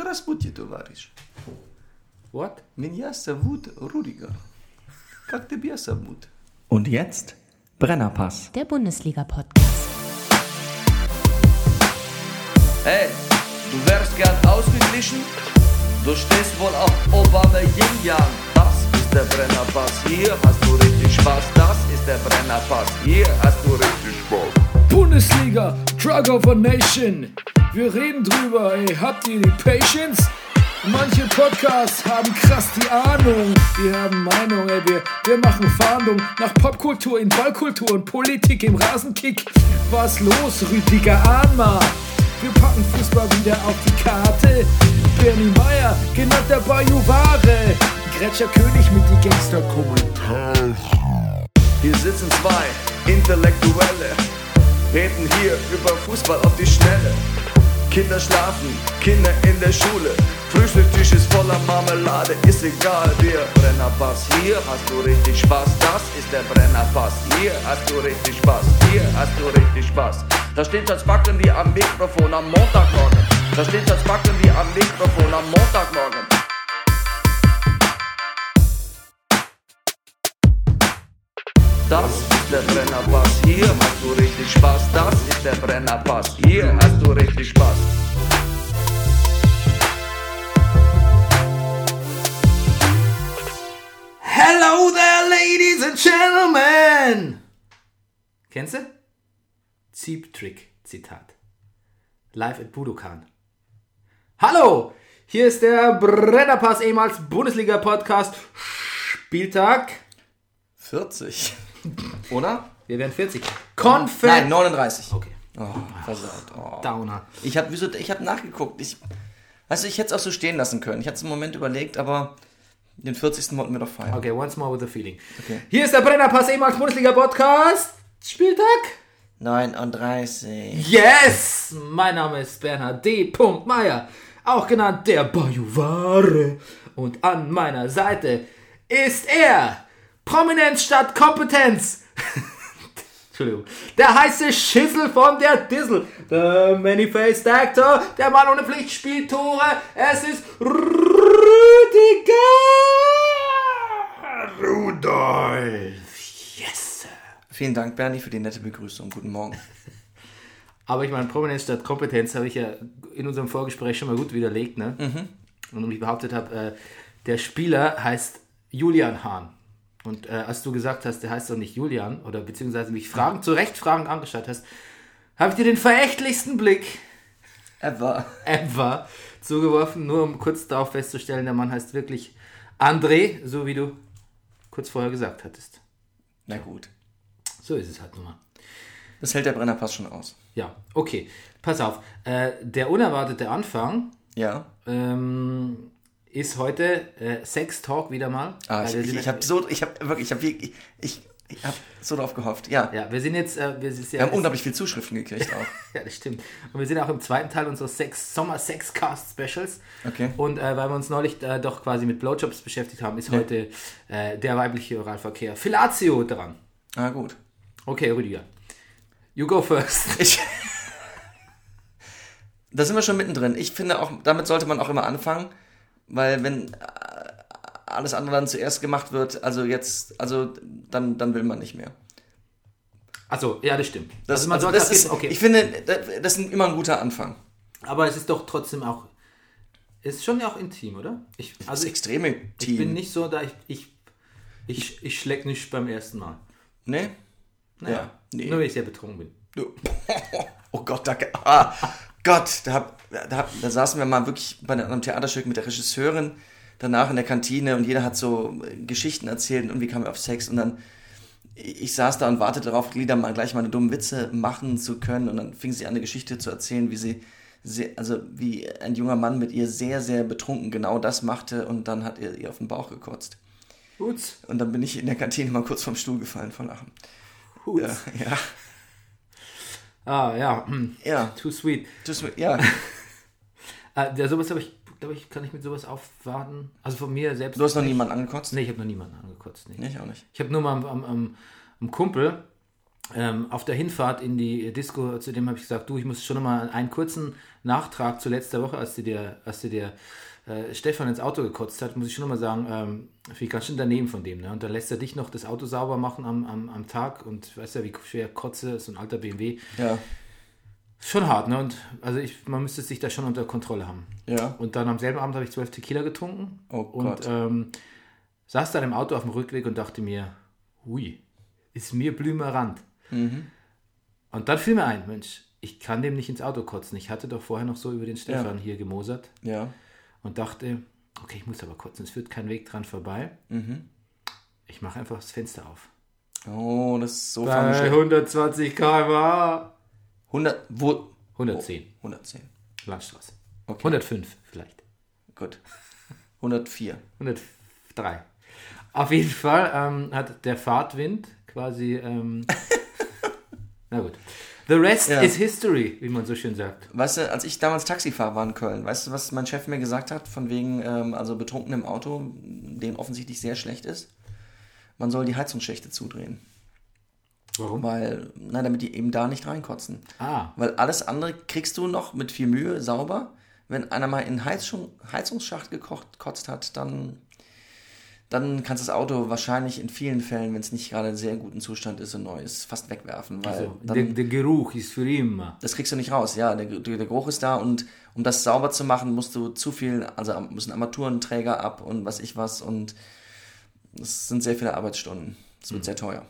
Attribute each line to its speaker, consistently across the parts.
Speaker 1: Здравствуйте, товарищ.
Speaker 2: What?
Speaker 1: Меня зовут Rüdiger. Как тебя зовут?
Speaker 3: Und jetzt Brennerpass.
Speaker 4: Der Bundesliga-Podcast.
Speaker 5: Hey, du wärst gern ausgeglichen? Du stehst wohl auf Obama Yin Yang. Das ist der Brennerpass. Hier hast du richtig Spaß. Das ist der Brennerpass. Hier hast du richtig Spaß.
Speaker 6: Bundesliga, Drug of a Nation. Wir reden drüber, ey. Habt ihr die Patience? Manche Podcasts haben krass die Ahnung. Wir haben Meinung, ey. Wir, wir machen Fahndung nach Popkultur in Ballkultur und Politik im Rasenkick. Was los, Rüdiger Ahnma? Wir packen Fußball wieder auf die Karte. Bernie Meyer, genannt der Bayou Ware. Gretscher König mit die Gangster-Kummel.
Speaker 5: Hier sitzen zwei Intellektuelle. Reden hier über Fußball auf die Schnelle. Kinder schlafen, Kinder in der Schule. Frühstücktisch ist voller Marmelade, ist egal, wir Brennerpass. Hier hast du richtig Spaß, das ist der Brennerpass. Hier hast du richtig Spaß, hier hast du richtig Spaß. Da stehen das Backen wie am Mikrofon am Montagmorgen. Da stehen das Backen wie am Mikrofon am Montagmorgen. Das ist der Brennerpass, hier hast du richtig Spaß. Das ist der Brennerpass, hier hast du richtig Spaß.
Speaker 1: Hello there, ladies and gentlemen!
Speaker 2: Kennst du? Ziebtrick, Zitat. Live at Budokan. Hallo, hier ist der Brennerpass, ehemals Bundesliga-Podcast, Spieltag.
Speaker 1: 40. Oder?
Speaker 2: Wir werden 40. Konfett.
Speaker 1: Nein, 39.
Speaker 2: Okay,
Speaker 1: Oh, versaut. Oh.
Speaker 2: Downer.
Speaker 1: Ich habe wieso, ich hab nachgeguckt. Ich, weißt du, ich hätte es auch so stehen lassen können. Ich hatte es im Moment überlegt, aber den 40. wollten wir doch feiern.
Speaker 2: Okay, once more with the feeling. Hier ist der Brennerpass, ehemals Bundesliga-Podcast, Spieltag.
Speaker 1: 39.
Speaker 2: Yes! Mein Name ist Bernhard D. Meyer, auch genannt der Bajuware. Und an meiner Seite ist er, Prominenz statt Kompetenz. Entschuldigung. Der heiße Schissel von der Dissel. Der Many-Faced Actor, der Mann ohne Pflicht spielt Tore. Es ist Rüdiger Rudolf. Yes!
Speaker 1: Vielen Dank, Bernie, für die nette Begrüßung. Guten Morgen.
Speaker 2: Aber ich meine, Prominenz statt Kompetenz habe ich ja in unserem Vorgespräch schon mal gut widerlegt, ne? Und ich behauptet habe, äh, der Spieler heißt Julian Hahn. Und äh, als du gesagt hast, der heißt doch nicht Julian, oder beziehungsweise mich Fragen, zu Recht Fragen angeschaut hast, habe ich dir den verächtlichsten Blick
Speaker 1: Ever.
Speaker 2: ever zugeworfen, nur um kurz darauf festzustellen, der Mann heißt wirklich André, so wie du kurz vorher gesagt hattest.
Speaker 1: Na gut.
Speaker 2: So ist es halt nun mal.
Speaker 1: Das hält der Brennerpass schon aus.
Speaker 2: Ja, okay. Pass auf. Äh, der unerwartete Anfang
Speaker 1: Ja.
Speaker 2: ähm, ist heute äh, Sex Talk wieder mal.
Speaker 1: Ah,
Speaker 2: Weil
Speaker 1: ich
Speaker 2: wir
Speaker 1: ich,
Speaker 2: sind- halt
Speaker 1: ich habe so, ich habe wirklich, ich habe ich, ich, ich hab so drauf gehofft. Ja.
Speaker 2: ja, wir sind jetzt, äh, wir sind ja,
Speaker 1: Wir haben unglaublich viel Zuschriften gekriegt auch.
Speaker 2: ja, das stimmt. Und wir sind auch im zweiten Teil unseres Sex Sommer Sex Cast Specials.
Speaker 1: Okay.
Speaker 2: Und äh, weil wir uns neulich äh, doch quasi mit Blowjobs beschäftigt haben, ist heute äh, der weibliche Oralverkehr Filatio dran.
Speaker 1: Ah, gut.
Speaker 2: Okay, Rüdiger. You go first.
Speaker 1: Ich. Da sind wir schon mittendrin. Ich finde auch, damit sollte man auch immer anfangen, weil wenn äh, alles andere dann zuerst gemacht wird, also jetzt, also dann, dann will man nicht mehr.
Speaker 2: Also ja, das stimmt.
Speaker 1: Das, also
Speaker 2: also man sollte
Speaker 1: das
Speaker 2: auf jeden-
Speaker 1: ist, ich finde, das, das ist immer ein guter Anfang.
Speaker 2: Aber es ist doch trotzdem auch. Ist schon auch intim, oder? Ich,
Speaker 1: Das
Speaker 2: also
Speaker 1: ist
Speaker 2: ich,
Speaker 1: extreme
Speaker 2: ich
Speaker 1: Team.
Speaker 2: bin nicht so, da ich. Ich, ich, ich schläg nicht beim ersten Mal.
Speaker 1: Nee?
Speaker 2: Naja.
Speaker 1: ne? Ja. Nee.
Speaker 2: Nur wenn ich sehr betrunken bin.
Speaker 1: Du- Oh Gott, da, ah, Gott, da, hab, da, hab, da saßen wir mal wirklich bei einem Theaterstück mit der Regisseurin, danach in der Kantine und jeder hat so äh, Geschichten erzählt und irgendwie kamen wir auf Sex und dann, ich ich saß da und wartete darauf, Lieder mal gleich meine dummen Witze machen zu können und dann fing sie an, eine Geschichte zu erzählen, wie sie, sehr, also wie ein junger Mann mit ihr sehr, sehr betrunken genau das machte und dann hat er ihr auf den Bauch gekotzt.
Speaker 2: Gut.
Speaker 1: Und dann bin ich in der Kantine mal kurz vom Stuhl gefallen vor Lachen.
Speaker 2: Gut.
Speaker 1: Ja, ja,
Speaker 2: Ah, ja. hm.
Speaker 1: ja.
Speaker 2: Too sweet.
Speaker 1: Das, ja.
Speaker 2: Äh, ja, sowas habe ich, glaube ich, kann ich mit sowas aufwarten. Also von mir selbst.
Speaker 1: Du hast noch niemanden angekotzt?
Speaker 2: Nee, ich habe noch niemanden angekotzt. Nee.
Speaker 1: Nee, ich auch nicht.
Speaker 2: Ich habe nur mal am, am, am, am Kumpel, ähm, auf der Hinfahrt in die Disco, zu dem habe ich gesagt, du, ich muss schon noch mal einen kurzen Nachtrag zu letzter Woche, als dir der, als dir der äh, Stefan ins Auto gekotzt hat, muss ich schon noch mal sagen, ähm, finde ich ganz schön daneben von dem. Ne? Und dann lässt er dich noch das Auto sauber machen am, am, am Tag und weißt ja, wie schwer Kotze ist, so ein alter BMW.
Speaker 1: Ja.
Speaker 2: Schon hart, ne? Und also ich, man müsste sich da schon unter Kontrolle haben.
Speaker 1: Ja.
Speaker 2: Und dann am selben Abend habe ich zwölf Tequila getrunken.
Speaker 1: Oh Gott.
Speaker 2: Und ähm, saß dann im Auto auf dem Rückweg und dachte mir, hui, ist mir blümer Rand.
Speaker 1: Mhm.
Speaker 2: Und dann fiel mir ein, Mensch, ich kann dem nicht ins Auto kotzen. Ich hatte doch vorher noch so über den Stefan hier gemosert
Speaker 1: Ja.
Speaker 2: und dachte, okay, ich muss aber kotzen, es führt kein Weg dran vorbei.
Speaker 1: Mhm.
Speaker 2: Ich mache einfach das Fenster auf.
Speaker 1: Oh, das ist so
Speaker 2: Bei
Speaker 1: vermutlich.
Speaker 2: 120 km/h.
Speaker 1: 100, wo?
Speaker 2: 110,
Speaker 1: 110.
Speaker 2: Landstraße.
Speaker 1: Oh. Okay.
Speaker 2: 105 vielleicht.
Speaker 1: Gut. 104.
Speaker 2: 103. Auf jeden Fall ähm, hat der Fahrtwind quasi. Ähm, na gut. The rest
Speaker 1: Ja.
Speaker 2: is history, wie man so schön sagt.
Speaker 1: Weißt du, als ich damals Taxifahrer war in Köln, weißt du, was mein Chef mir gesagt hat, von wegen, ähm, also betrunken im Auto, denen offensichtlich sehr schlecht ist? Man soll die Heizungsschächte zudrehen.
Speaker 2: Warum?
Speaker 1: Weil, na, damit die eben da nicht reinkotzen.
Speaker 2: Ah,
Speaker 1: Weil alles andere kriegst du noch mit viel Mühe sauber. Wenn einer mal in den Heizung, Heizungsschacht gekocht, kotzt hat, dann, dann kannst das Auto wahrscheinlich in vielen Fällen, wenn es nicht gerade in sehr guten Zustand ist und neu ist, fast wegwerfen. Weil
Speaker 2: also,
Speaker 1: Äh, dann,
Speaker 2: der, der Geruch ist für immer.
Speaker 1: das kriegst du nicht raus, ja. Der, der, der Geruch ist da und um das sauber zu machen, musst du zu viel, also am- müssen Armaturenträger ab und was ich was und es sind sehr viele Arbeitsstunden. Es
Speaker 2: Mhm.
Speaker 1: wird sehr teuer.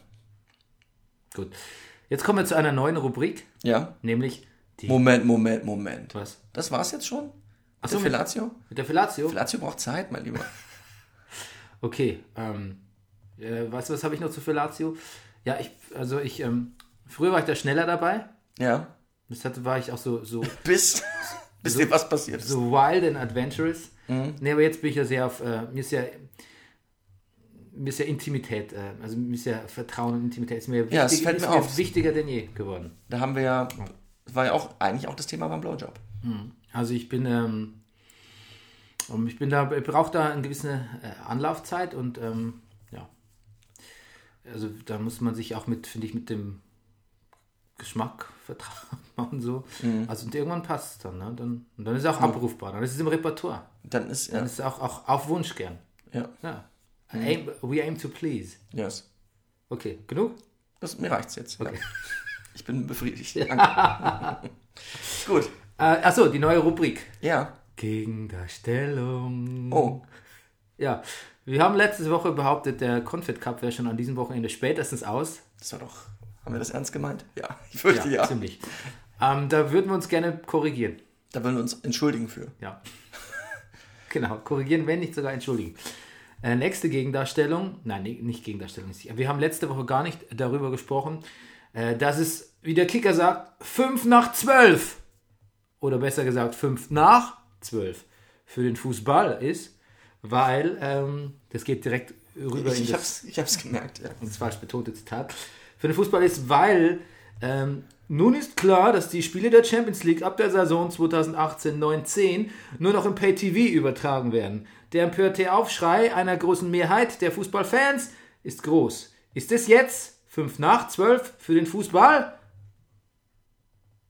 Speaker 2: Gut. Jetzt kommen wir zu einer neuen Rubrik,
Speaker 1: Ja?
Speaker 2: nämlich die.
Speaker 1: Moment, Moment, Moment.
Speaker 2: Was?
Speaker 1: Das war's jetzt schon? Mit
Speaker 2: so,
Speaker 1: der Fellatio?
Speaker 2: Mit der Fellatio?
Speaker 1: Fellatio braucht Zeit, mein Lieber.
Speaker 2: Okay. Ähm, äh, was was habe ich noch zu Fellatio? Ja, ich, also ich, ähm, früher war ich da schneller dabei.
Speaker 1: Ja.
Speaker 2: Das hatte, war ich auch so, so
Speaker 1: Bis, bis dir was passiert ist.
Speaker 2: so wild and adventurous.
Speaker 1: Mhm.
Speaker 2: Nee, aber jetzt bin ich ja sehr auf, äh, mir ist ja, mir ist ja Intimität, äh, also mir ist ja Vertrauen und Intimität ist mir,
Speaker 1: Ja, es fällt
Speaker 2: ist
Speaker 1: mir
Speaker 2: mir
Speaker 1: auf.
Speaker 2: wichtiger denn je geworden.
Speaker 1: Da haben wir ja, war ja auch eigentlich auch das Thema beim Blowjob.
Speaker 2: Also ich bin, ähm, ähm, ich bin da, ich brauche da eine gewisse äh, Anlaufzeit und ähm, ja, also da muss man sich auch mit, finde ich, mit dem Geschmack vertrauen und so.
Speaker 1: Mhm.
Speaker 2: Also und irgendwann passt es dann, ne? Dann, und dann ist es auch abrufbar, dann ist es im Repertoire.
Speaker 1: Dann ist,
Speaker 2: Dann
Speaker 1: ja,
Speaker 2: ist es auch, auch auf Wunsch gern.
Speaker 1: ja,
Speaker 2: Ja. Aim, we aim to please.
Speaker 1: yes.
Speaker 2: Okay, genug?
Speaker 1: Das, mir reicht's jetzt.
Speaker 2: Okay.
Speaker 1: Ja. Ich bin befriedigt. Danke. Gut.
Speaker 2: Äh, achso, die neue Rubrik.
Speaker 1: Ja.
Speaker 2: Gegendarstellung.
Speaker 1: Oh,
Speaker 2: Ja, wir haben letzte Woche behauptet, der Confed Cup wäre schon an diesem Wochenende spätestens aus.
Speaker 1: das war doch. Haben wir das ernst gemeint? Ja, ich fürchte ja.
Speaker 2: ziemlich. Ähm, da würden wir uns gerne korrigieren.
Speaker 1: Da wollen wir uns entschuldigen für.
Speaker 2: Ja. genau, korrigieren, wenn nicht sogar entschuldigen. Äh, nächste Gegendarstellung. Nein, nee, nicht Gegendarstellung. ist- Wir haben letzte Woche gar nicht darüber gesprochen, äh, dass es, wie der Kicker sagt, 5 nach 12. Oder besser gesagt, 5 nach 12 für den Fußball ist, weil ähm, das geht direkt rüber
Speaker 1: Ich,
Speaker 2: in
Speaker 1: ich,
Speaker 2: das
Speaker 1: hab's, ich hab's gemerkt. Ja.
Speaker 2: das falsch betonte Zitat, für den Fußball ist, weil ähm, nun ist klar, dass die Spiele der Champions League ab der Saison 2018-19 nur noch im Pay-TV übertragen werden. Der empörte Aufschrei einer großen Mehrheit der Fußballfans ist groß. Ist es jetzt 5 nach 12 für den Fußball?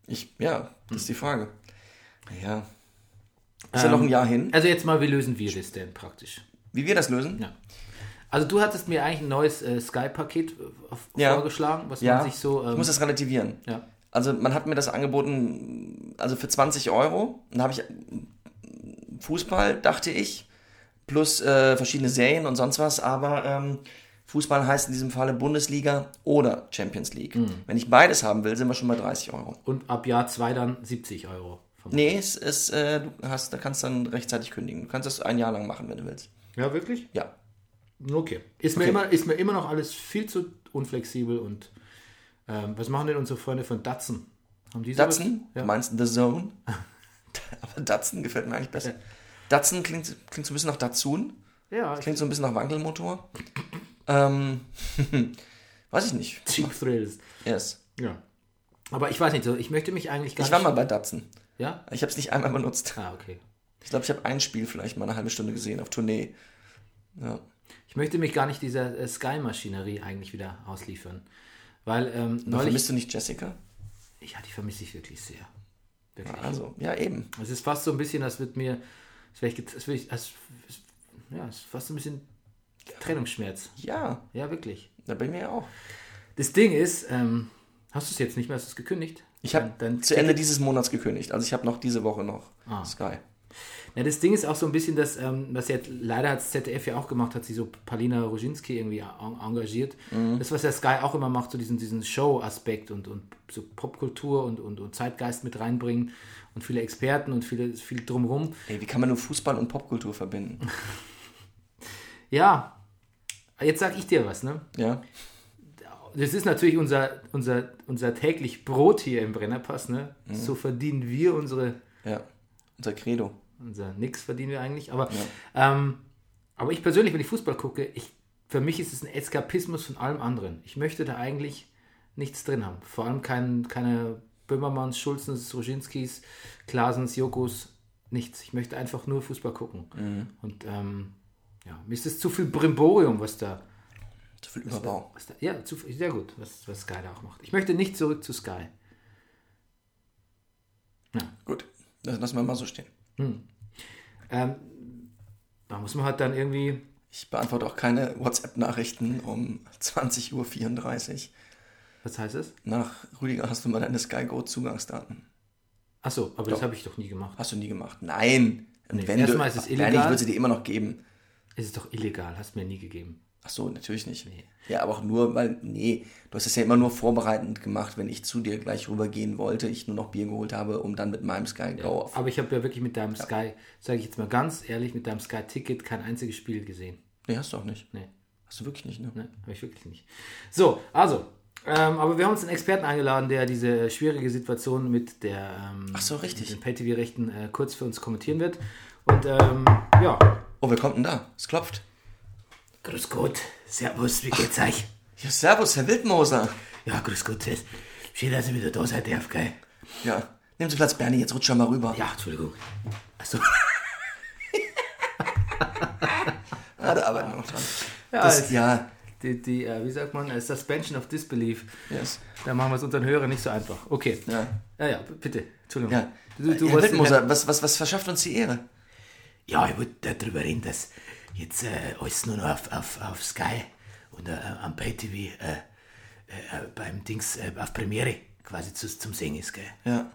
Speaker 1: Ich, ja, das ist die Frage. Ja. Ist ja noch ein Jahr hin.
Speaker 2: Also jetzt mal, wie lösen wir das denn praktisch?
Speaker 1: Wie wir das lösen?
Speaker 2: Ja. Also du hattest mir eigentlich ein neues äh, Sky-Paket äh, auf-
Speaker 1: Ja.
Speaker 2: vorgeschlagen, was
Speaker 1: Ja.
Speaker 2: man sich so...
Speaker 1: ich
Speaker 2: Ähm,
Speaker 1: muss das relativieren.
Speaker 2: ja.
Speaker 1: Also man hat mir das angeboten, also für 20 Euro. Dann habe ich Fußball, dachte ich, plus äh, verschiedene Serien und sonst was. Aber ähm, Fußball heißt in diesem Falle Bundesliga oder Champions League.
Speaker 2: Mhm.
Speaker 1: Wenn ich beides haben will, sind wir schon bei 30 Euro.
Speaker 2: Und ab Jahr 2 dann 70 Euro. Vom
Speaker 1: Nee, es ist, äh, du hast, da kannst dann rechtzeitig kündigen. Du kannst das ein Jahr lang machen, wenn du willst.
Speaker 2: Ja, wirklich?
Speaker 1: Ja.
Speaker 2: Okay. Ist mir, Immer, ist mir immer noch alles viel zu unflexibel und ähm, was machen denn unsere Freunde von Datsun? Haben die sowas?
Speaker 1: Datsun,
Speaker 2: Ja.
Speaker 1: du meinst The Zone? Aber Datsun gefällt mir eigentlich besser. Datsun klingt, klingt so ein bisschen nach Datsun.
Speaker 2: ja,
Speaker 1: Klingt so ein bisschen nach Wankelmotor. ähm, weiß ich nicht.
Speaker 2: Cheap Thrills.
Speaker 1: Yes.
Speaker 2: Ja. Aber ich weiß nicht, so, ich möchte mich eigentlich gar
Speaker 1: Ich war
Speaker 2: nicht.
Speaker 1: mal bei Datsun.
Speaker 2: Ja?
Speaker 1: Ich habe es nicht einmal benutzt.
Speaker 2: Ah, okay.
Speaker 1: Ich glaube, ich habe ein Spiel vielleicht mal eine halbe Stunde gesehen auf Tournee. Ja.
Speaker 2: Ich möchte mich gar nicht dieser äh, Sky-Maschinerie eigentlich wieder ausliefern. Weil ähm,
Speaker 1: Aber
Speaker 2: neulich.
Speaker 1: Vermisst du nicht Jessica?
Speaker 2: Ja, die vermisse ich wirklich sehr. Wirklich.
Speaker 1: Also, ja, eben.
Speaker 2: Es ist fast so ein bisschen, das wird mir. Das wär ich, das wär ich, das, das, ja, es ist fast so ein bisschen Trennungsschmerz.
Speaker 1: Ja,
Speaker 2: Ja, wirklich.
Speaker 1: da bin ich ja auch.
Speaker 2: Das Ding ist, ähm, hast du es jetzt nicht mehr? Hast du es gekündigt?
Speaker 1: Ich habe
Speaker 2: Dein- dein
Speaker 1: zu Ende dieses Monats gekündigt. Also ich habe noch diese Woche noch
Speaker 2: Ah.
Speaker 1: Sky.
Speaker 2: Ja, das Ding ist auch so ein bisschen, dass, ähm, was jetzt leider hat ZDF ja auch gemacht, hat sie so Palina Roginski irgendwie en engagiert. Das, was der Sky auch immer macht, so diesen, diesen Show-Aspekt und, und so Popkultur und, und, und Zeitgeist mit reinbringen und viele Experten und viele, viel drumrum.
Speaker 1: Ey, wie kann man nur Fußball und Popkultur verbinden?
Speaker 2: Ja, jetzt sag ich dir was, ne?
Speaker 1: Ja,
Speaker 2: Das ist natürlich unser, unser, unser täglich Brot hier im Brennerpass, ne? So verdienen wir unsere
Speaker 1: ja. Unser Credo.
Speaker 2: unser Also, Nix verdienen wir eigentlich. Aber, ähm, aber ich persönlich, wenn ich Fußball gucke, ich, für mich ist es ein Eskapismus von allem anderen. Ich möchte da eigentlich nichts drin haben. Vor allem kein, keine Böhmermanns, Schulzens, Roginskis, Klasens, Jokos, nichts. Ich möchte einfach nur Fußball gucken. Und ähm, ja, mir ist es zu viel Brimborium, was da.
Speaker 1: Zu viel Überbau.
Speaker 2: Was da ja, zu, viel- sehr gut, was, was Sky da auch macht. Ich möchte nicht zurück zu Sky.
Speaker 1: Gut, das lassen wir mal so stehen.
Speaker 2: Ähm, da muss man halt dann irgendwie
Speaker 1: Ich beantworte auch keine WhatsApp-Nachrichten um 20.34 Uhr.
Speaker 2: Was heißt das?
Speaker 1: Nach Rüdiger hast du mal deine Sky Go Zugangsdaten.
Speaker 2: Achso, aber das habe ich doch nie gemacht.
Speaker 1: Hast du nie gemacht? Nein. Und
Speaker 2: Nee,
Speaker 1: wenn du,
Speaker 2: erstmal ist es illegal.
Speaker 1: Nein, ich würde sie dir immer noch geben.
Speaker 2: Es ist doch illegal, hast mir nie gegeben.
Speaker 1: Ach so, natürlich nicht. Ja, aber auch nur, weil, nee, du hast es ja immer nur vorbereitend gemacht, wenn ich zu dir gleich rübergehen wollte, ich nur noch Bier geholt habe, um dann mit meinem Sky Go auf.
Speaker 2: Aber ich habe ja wirklich mit deinem Sky, sage ich jetzt mal ganz ehrlich, mit deinem Sky-Ticket kein einziges Spiel gesehen.
Speaker 1: Nee, hast du auch nicht.
Speaker 2: Nee,
Speaker 1: Hast du wirklich nicht, ne?
Speaker 2: ne, habe ich wirklich nicht. So, also, ähm, aber wir haben uns einen Experten eingeladen, der diese schwierige Situation mit der ähm,
Speaker 1: Ach so, richtig.
Speaker 2: mit den Pay-TV-Rechten äh, kurz für uns kommentieren wird. Und ähm, ja,
Speaker 1: Oh, wer kommt denn da? Es klopft.
Speaker 2: grüß Gott, servus, wie geht's euch?
Speaker 1: Ja, servus, Herr Wildmoser.
Speaker 2: Ja, grüß Gott, schön, dass ihr wieder da seid, darf, geil.
Speaker 1: Ja, nehmen Sie Platz, Bernie, jetzt rutsch schon mal rüber.
Speaker 2: Ja, Entschuldigung. Achso.
Speaker 1: Ah, da arbeiten wir noch dran.
Speaker 2: Ja,
Speaker 1: Das,
Speaker 2: ist-
Speaker 1: ja,
Speaker 2: Die, die äh, wie sagt man, äh, Suspension of Disbelief.
Speaker 1: yes.
Speaker 2: Da machen wir es unseren Hörern nicht so einfach. Okay.
Speaker 1: Ja.
Speaker 2: Ja, ja, b- bitte. Entschuldigung.
Speaker 1: Ja.
Speaker 2: Du, du
Speaker 1: Herr
Speaker 2: wolltest
Speaker 1: Wittmoser, was, was, was verschafft uns die Ehre?
Speaker 7: Ja, ich würde darüber reden, dass jetzt äh, alles nur noch auf, auf, auf Sky und äh, am PayTV äh, äh, beim Dings äh, auf Premiere quasi zu, zum Sehen ist, gell?
Speaker 1: Ja.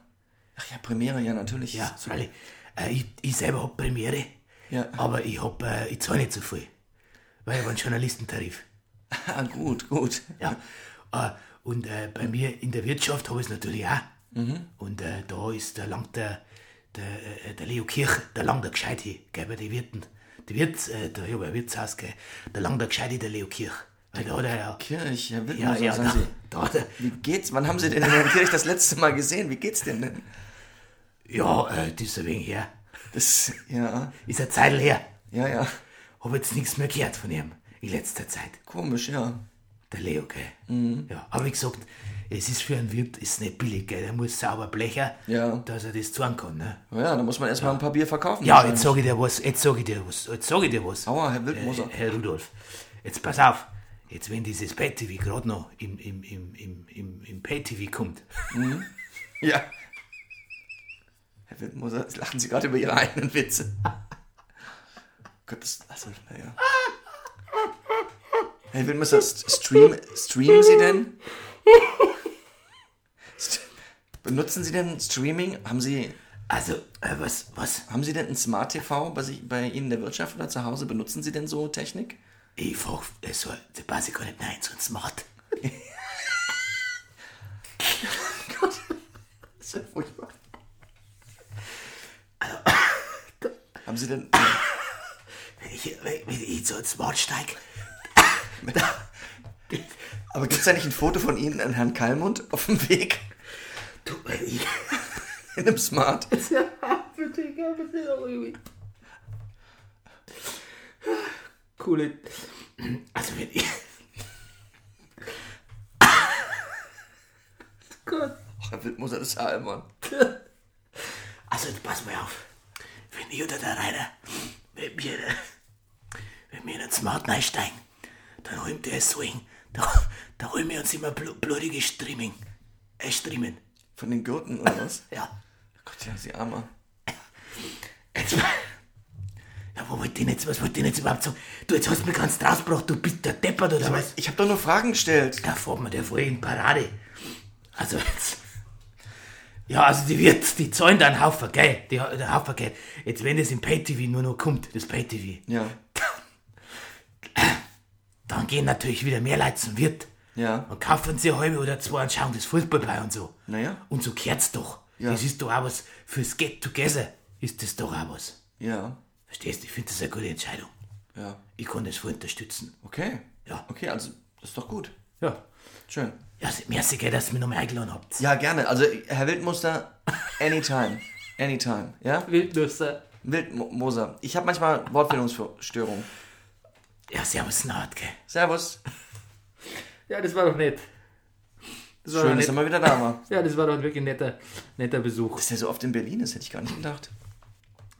Speaker 1: Ach ja, Premiere, ja, natürlich.
Speaker 7: Ja, freilich. Äh, ich, ich selber hab Premiere,
Speaker 1: Ja.
Speaker 7: aber ich hab, äh, ich zahle nicht so viel, weil ich habe einen Journalistentarif.
Speaker 1: Ah, gut, gut.
Speaker 7: Ja. Äh, und äh, bei mir in der Wirtschaft habe ich es natürlich auch.
Speaker 1: Mhm.
Speaker 7: Und äh, da ist, da langt der, der, äh, der Leo Kirch, da langt der gescheit hin, gell, bei den Wirten. Die Wirt, äh, da, ja, bei Wirtshaus, gell, da langt der gescheit hin, der Leo Kirch. Weil da hat er ja,
Speaker 1: Kirch, Herr
Speaker 7: ja,
Speaker 1: Wittmoser,
Speaker 7: ja,
Speaker 1: sagen
Speaker 7: da,
Speaker 1: Sie.
Speaker 7: da hat er,
Speaker 1: Wie geht's? Wann haben Sie denn Herrn Kirch das letzte Mal gesehen? Wie geht's dem denn? ne?
Speaker 7: ja, äh, das ist ein wenig her,
Speaker 1: Das, ja,
Speaker 7: ist eine Zeit her,
Speaker 1: ja, ja.
Speaker 7: habe jetzt nichts mehr gehört von ihm in letzter Zeit.
Speaker 1: Komisch, ja.
Speaker 7: Der Leo, gell?
Speaker 1: Mhm.
Speaker 7: Ja, aber wie gesagt, es ist für einen Wirt ist nicht billig, gell? Der muss sauber blecher,
Speaker 1: Ja.
Speaker 7: dass er das tun kann, ne?
Speaker 1: Ja, da muss man erstmal ein paar Bier verkaufen.
Speaker 7: Ja, jetzt sage ich dir was, jetzt sage ich dir was, jetzt sage ich dir was.
Speaker 1: Aua, Herr Wildmoser.
Speaker 7: Äh, Herr Rudolf, jetzt pass auf, jetzt wenn dieses Pay-TV gerade noch im, im, im, im, im, im Pay-TV kommt,
Speaker 1: Ja. Herr Wildmoser, jetzt lachen Sie gerade über Ihre eigenen Witze. Gott, das, also, naja. Herr Wildmoser, st- stream, streamen Sie denn? St benutzen Sie denn Streaming? Haben Sie,
Speaker 7: also, äh, was, was,
Speaker 1: haben Sie denn ein Smart TV bei, sich, bei Ihnen in der Wirtschaft oder zu Hause? Benutzen Sie denn so Technik?
Speaker 7: ich frage, so, da passe ich gar nicht nein, so ein Smart.
Speaker 1: Das ist ja furchtbar. haben Sie denn.
Speaker 7: Wenn ich, wenn, wenn ich in so ein Smart steige,
Speaker 1: Aber gibt es da nicht ein Foto von Ihnen an Herrn Kallmund auf dem Weg?
Speaker 7: du, wenn Äh, ich,
Speaker 1: In einem Smart.
Speaker 2: Coole.
Speaker 7: also wenn ich,
Speaker 2: Gott.
Speaker 1: Herr Wildmoser, das ist albern.
Speaker 7: also jetzt pass mal auf, wenn ich oder der Rainer, wenn wir, wenn wir in ein Smart einsteigen, dann räumt der es so hin, Da, da holen wir uns immer bl blutige Streaming. Äh, Streamen.
Speaker 1: Von den Gurten oder was?
Speaker 7: Ja.
Speaker 1: Gott, ja, sie armer.
Speaker 7: Jetzt, ja, wo wollt ihr jetzt, was wollt ihr jetzt überhaupt sagen? Du, jetzt hast du mich ganz rausgebracht, du bist der Deppert oder was?
Speaker 1: Ich habe doch nur Fragen gestellt.
Speaker 7: Da fährt man der voll in Parade. Also jetzt. Ja, also die wird, die zahlen da einen Haufen Geld. Die, der Haufen Geld. Jetzt, wenn das im Pay-TV nur noch kommt, das Pay-TV,
Speaker 1: Ja,
Speaker 7: dann gehen natürlich wieder mehr Leute zum Wirt.
Speaker 1: ja.
Speaker 7: Und kaufen sie eine halbe oder zwei und schauen das Fußball bei und so.
Speaker 1: Naja.
Speaker 7: Und so gehört's doch.
Speaker 1: Ja.
Speaker 7: Das ist doch auch was fürs Get-Together. Ist das doch auch was.
Speaker 1: Ja,
Speaker 7: Verstehst du? Ich finde das eine gute Entscheidung.
Speaker 1: ja.
Speaker 7: Ich kann das voll unterstützen.
Speaker 1: Okay.
Speaker 7: Ja.
Speaker 1: Okay, also, das ist doch gut.
Speaker 7: Ja.
Speaker 1: Schön.
Speaker 7: Ja, merci, gell, dass ihr mich nochmal eingeladen habt.
Speaker 1: Ja, gerne. Also, Herr Wildmuster, anytime. Anytime, ja?
Speaker 2: Wildnüsse.
Speaker 1: Wildmoser. Ich habe manchmal Wortfindungsstörungen.
Speaker 7: Ja, servus, Naht, gell.
Speaker 1: Servus.
Speaker 2: Ja, das war doch nett. Das war
Speaker 1: Schön,
Speaker 2: doch
Speaker 1: dass er
Speaker 2: nett.
Speaker 1: mal wieder da war.
Speaker 2: Ja, das war doch ein wirklich netter, netter Besuch.
Speaker 1: Dass er so oft in Berlin ist, hätte ich gar nicht gedacht.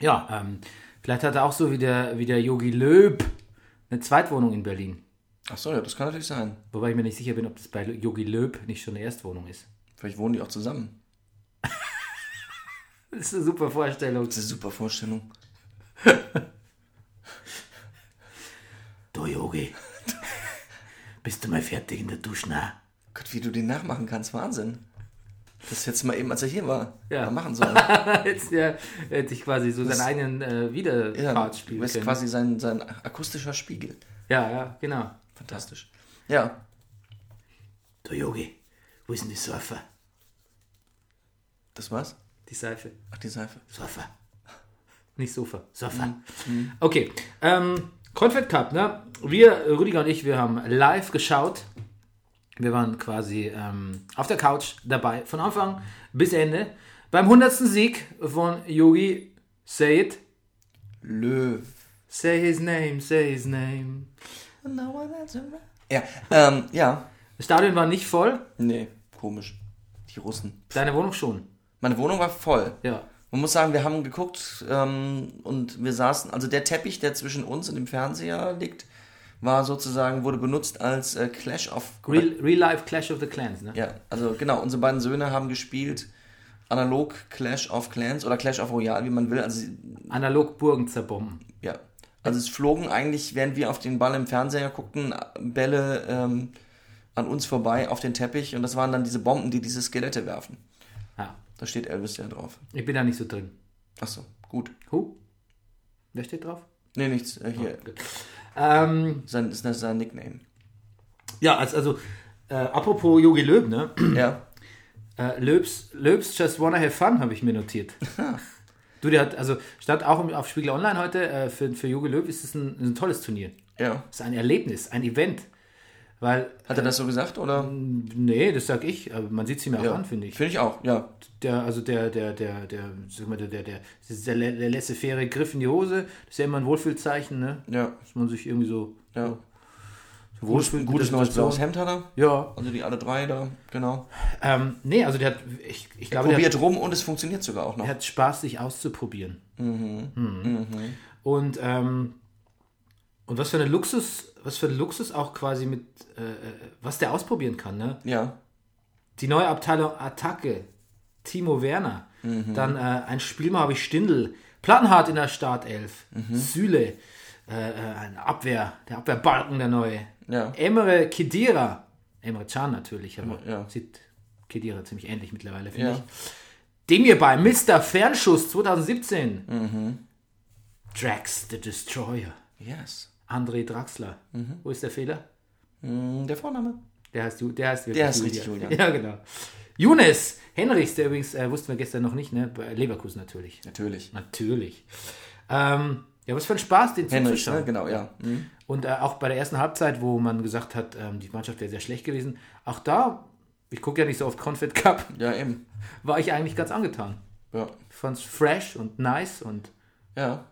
Speaker 2: Ja, ähm, vielleicht hat er auch so wie der, wie der Yogi Löb eine Zweitwohnung in Berlin.
Speaker 1: Ach so, ja, das kann natürlich sein.
Speaker 2: Wobei ich mir nicht sicher bin, ob das bei Yogi Löb nicht schon eine Erstwohnung ist.
Speaker 1: Vielleicht wohnen die auch zusammen.
Speaker 2: Das ist eine super Vorstellung.
Speaker 1: Das ist eine super Vorstellung.
Speaker 7: Du, Yogi. Bist du mal fertig in der Dusche? Nein.
Speaker 1: Gott, wie du den nachmachen kannst, Wahnsinn. Das jetzt mal eben, als er hier war,
Speaker 2: Ja.
Speaker 1: mal machen sollen.
Speaker 2: Jetzt ja, hätte ich quasi so seinen eigenen äh,
Speaker 1: Ja,
Speaker 2: Widerpart
Speaker 1: du
Speaker 2: spielen
Speaker 1: bist
Speaker 2: können.
Speaker 1: quasi sein, sein akustischer Spiegel.
Speaker 2: ja, ja, genau.
Speaker 1: Fantastisch. Ja,
Speaker 7: Du, Yogi. Wo ist denn die Surfer?
Speaker 1: das war's.
Speaker 2: Die Seife,
Speaker 1: Ach, die Seife.
Speaker 7: Surfer.
Speaker 2: nicht Sofa.
Speaker 7: Surfer.
Speaker 2: Okay, ähm, Confed Cup, ne? Wir, Rüdiger und ich, wir haben live geschaut. Wir waren quasi ähm, auf der Couch dabei, von Anfang bis Ende. Beim 100. Sieg von Yogi, say it.
Speaker 1: Löw.
Speaker 2: Say his name, say his name.
Speaker 1: Ja, ähm, ja.
Speaker 2: Das Stadion war nicht voll,
Speaker 1: Nee, komisch. Die Russen.
Speaker 2: deine Wohnung schon.
Speaker 1: Meine Wohnung war voll.
Speaker 2: Ja.
Speaker 1: Man muss sagen, wir haben geguckt ähm, und wir saßen, also der Teppich, der zwischen uns und dem Fernseher liegt, war sozusagen, wurde benutzt als äh, Clash of...
Speaker 2: Real, Real Life Clash of the Clans, ne?
Speaker 1: Ja, also genau, unsere beiden Söhne haben gespielt analog Clash of Clans oder Clash of Royale, wie man will. Also sie-
Speaker 2: Analog Burgen zerbomben.
Speaker 1: Ja. Also es flogen eigentlich, während wir auf den Ball im Fernseher guckten, Bälle ähm, an uns vorbei auf den Teppich und das waren dann diese Bomben, die diese Skelette werfen.
Speaker 2: Ja,
Speaker 1: Da steht Elvis ja drauf.
Speaker 2: ich bin da nicht so drin.
Speaker 1: Achso, gut.
Speaker 2: Huh? Wer steht drauf?
Speaker 1: Nee, nichts. Äh, hier.
Speaker 2: Ähm,
Speaker 1: Sein, ist das sein Nickname.
Speaker 2: ja, also, also äh, apropos Yogi Löb, ne?
Speaker 1: ja.
Speaker 2: Äh, Löbs, Löbs Just Wanna Have Fun habe ich mir notiert. du, der hat, also stand auch im- auf Spiegel Online heute, äh, für, für Jogi Löb ist es ein, ein tolles Turnier.
Speaker 1: Ja.
Speaker 2: Es ist ein Erlebnis, ein Event. Weil,
Speaker 1: Hat er das so gesagt oder?
Speaker 2: nee, das sag ich, aber man sieht es ihm Ähm. ja auch an, finde ich.
Speaker 1: Finde ich auch, ja.
Speaker 2: Der, also der, der, der, der, sag mal, der, der, der, das ist der, der laissez-faire Griff in die Hose, das ist ja immer ein Wohlfühlzeichen, ne?
Speaker 1: Ja.
Speaker 2: Dass man sich irgendwie so
Speaker 1: ja. Gutes,
Speaker 2: wohlfühlt. mit
Speaker 1: gutes
Speaker 2: der
Speaker 1: neues
Speaker 2: Situation.
Speaker 1: blaues Hemd hat er.
Speaker 2: Ja.
Speaker 1: Also die alle drei da, genau.
Speaker 2: Ähm, nee, also der hat, ich, ich glaube, der hat,
Speaker 1: Probiert rum und es funktioniert sogar auch noch.
Speaker 2: Er hat Spaß, sich auszuprobieren. Mhm. Und, ähm, und was für eine Luxus, was für ein Luxus auch quasi mit, äh, äh, was der ausprobieren kann, ne?
Speaker 1: Ja.
Speaker 2: Die neue Abteilung Attacke, Timo Werner, dann äh, ein Spielmann habe ich Stindl, Plattenhardt in der Startelf, Süle, äh, äh, ein Abwehr, der Abwehrbalken der neue,
Speaker 1: Ja.
Speaker 2: Emre Kedira, Emre Can natürlich, aber
Speaker 1: Ja.
Speaker 2: sieht Kedira ziemlich ähnlich mittlerweile, finde ich.
Speaker 1: Ja.
Speaker 2: Dem hier bei Mr. Fernschuss 2017.
Speaker 1: Mhm.
Speaker 2: Drax the Destroyer.
Speaker 1: Yes.
Speaker 2: André Draxler.
Speaker 1: Mhm.
Speaker 2: Wo ist der Fehler?
Speaker 1: Hm, Der Vorname.
Speaker 2: Der heißt, Ju- der heißt wirklich
Speaker 1: Der heißt richtig Julian.
Speaker 2: Ja, genau. Younes Henrichs, der übrigens, äh, wussten wir gestern noch nicht, ne? Bei Leverkusen natürlich.
Speaker 1: Natürlich.
Speaker 2: Natürlich. Ähm, ja, was für ein Spaß, den
Speaker 1: Henrich,
Speaker 2: zuzuschauen.
Speaker 1: ne? genau, ja. Mhm.
Speaker 2: Und äh, auch bei der ersten Halbzeit, wo man gesagt hat, ähm, die Mannschaft wäre sehr schlecht gewesen, auch da, ich gucke ja nicht so oft Confed Cup,
Speaker 1: Ja, eben.
Speaker 2: war ich eigentlich ganz angetan.
Speaker 1: Ja.
Speaker 2: Ich fand's fresh und nice und
Speaker 1: Ja.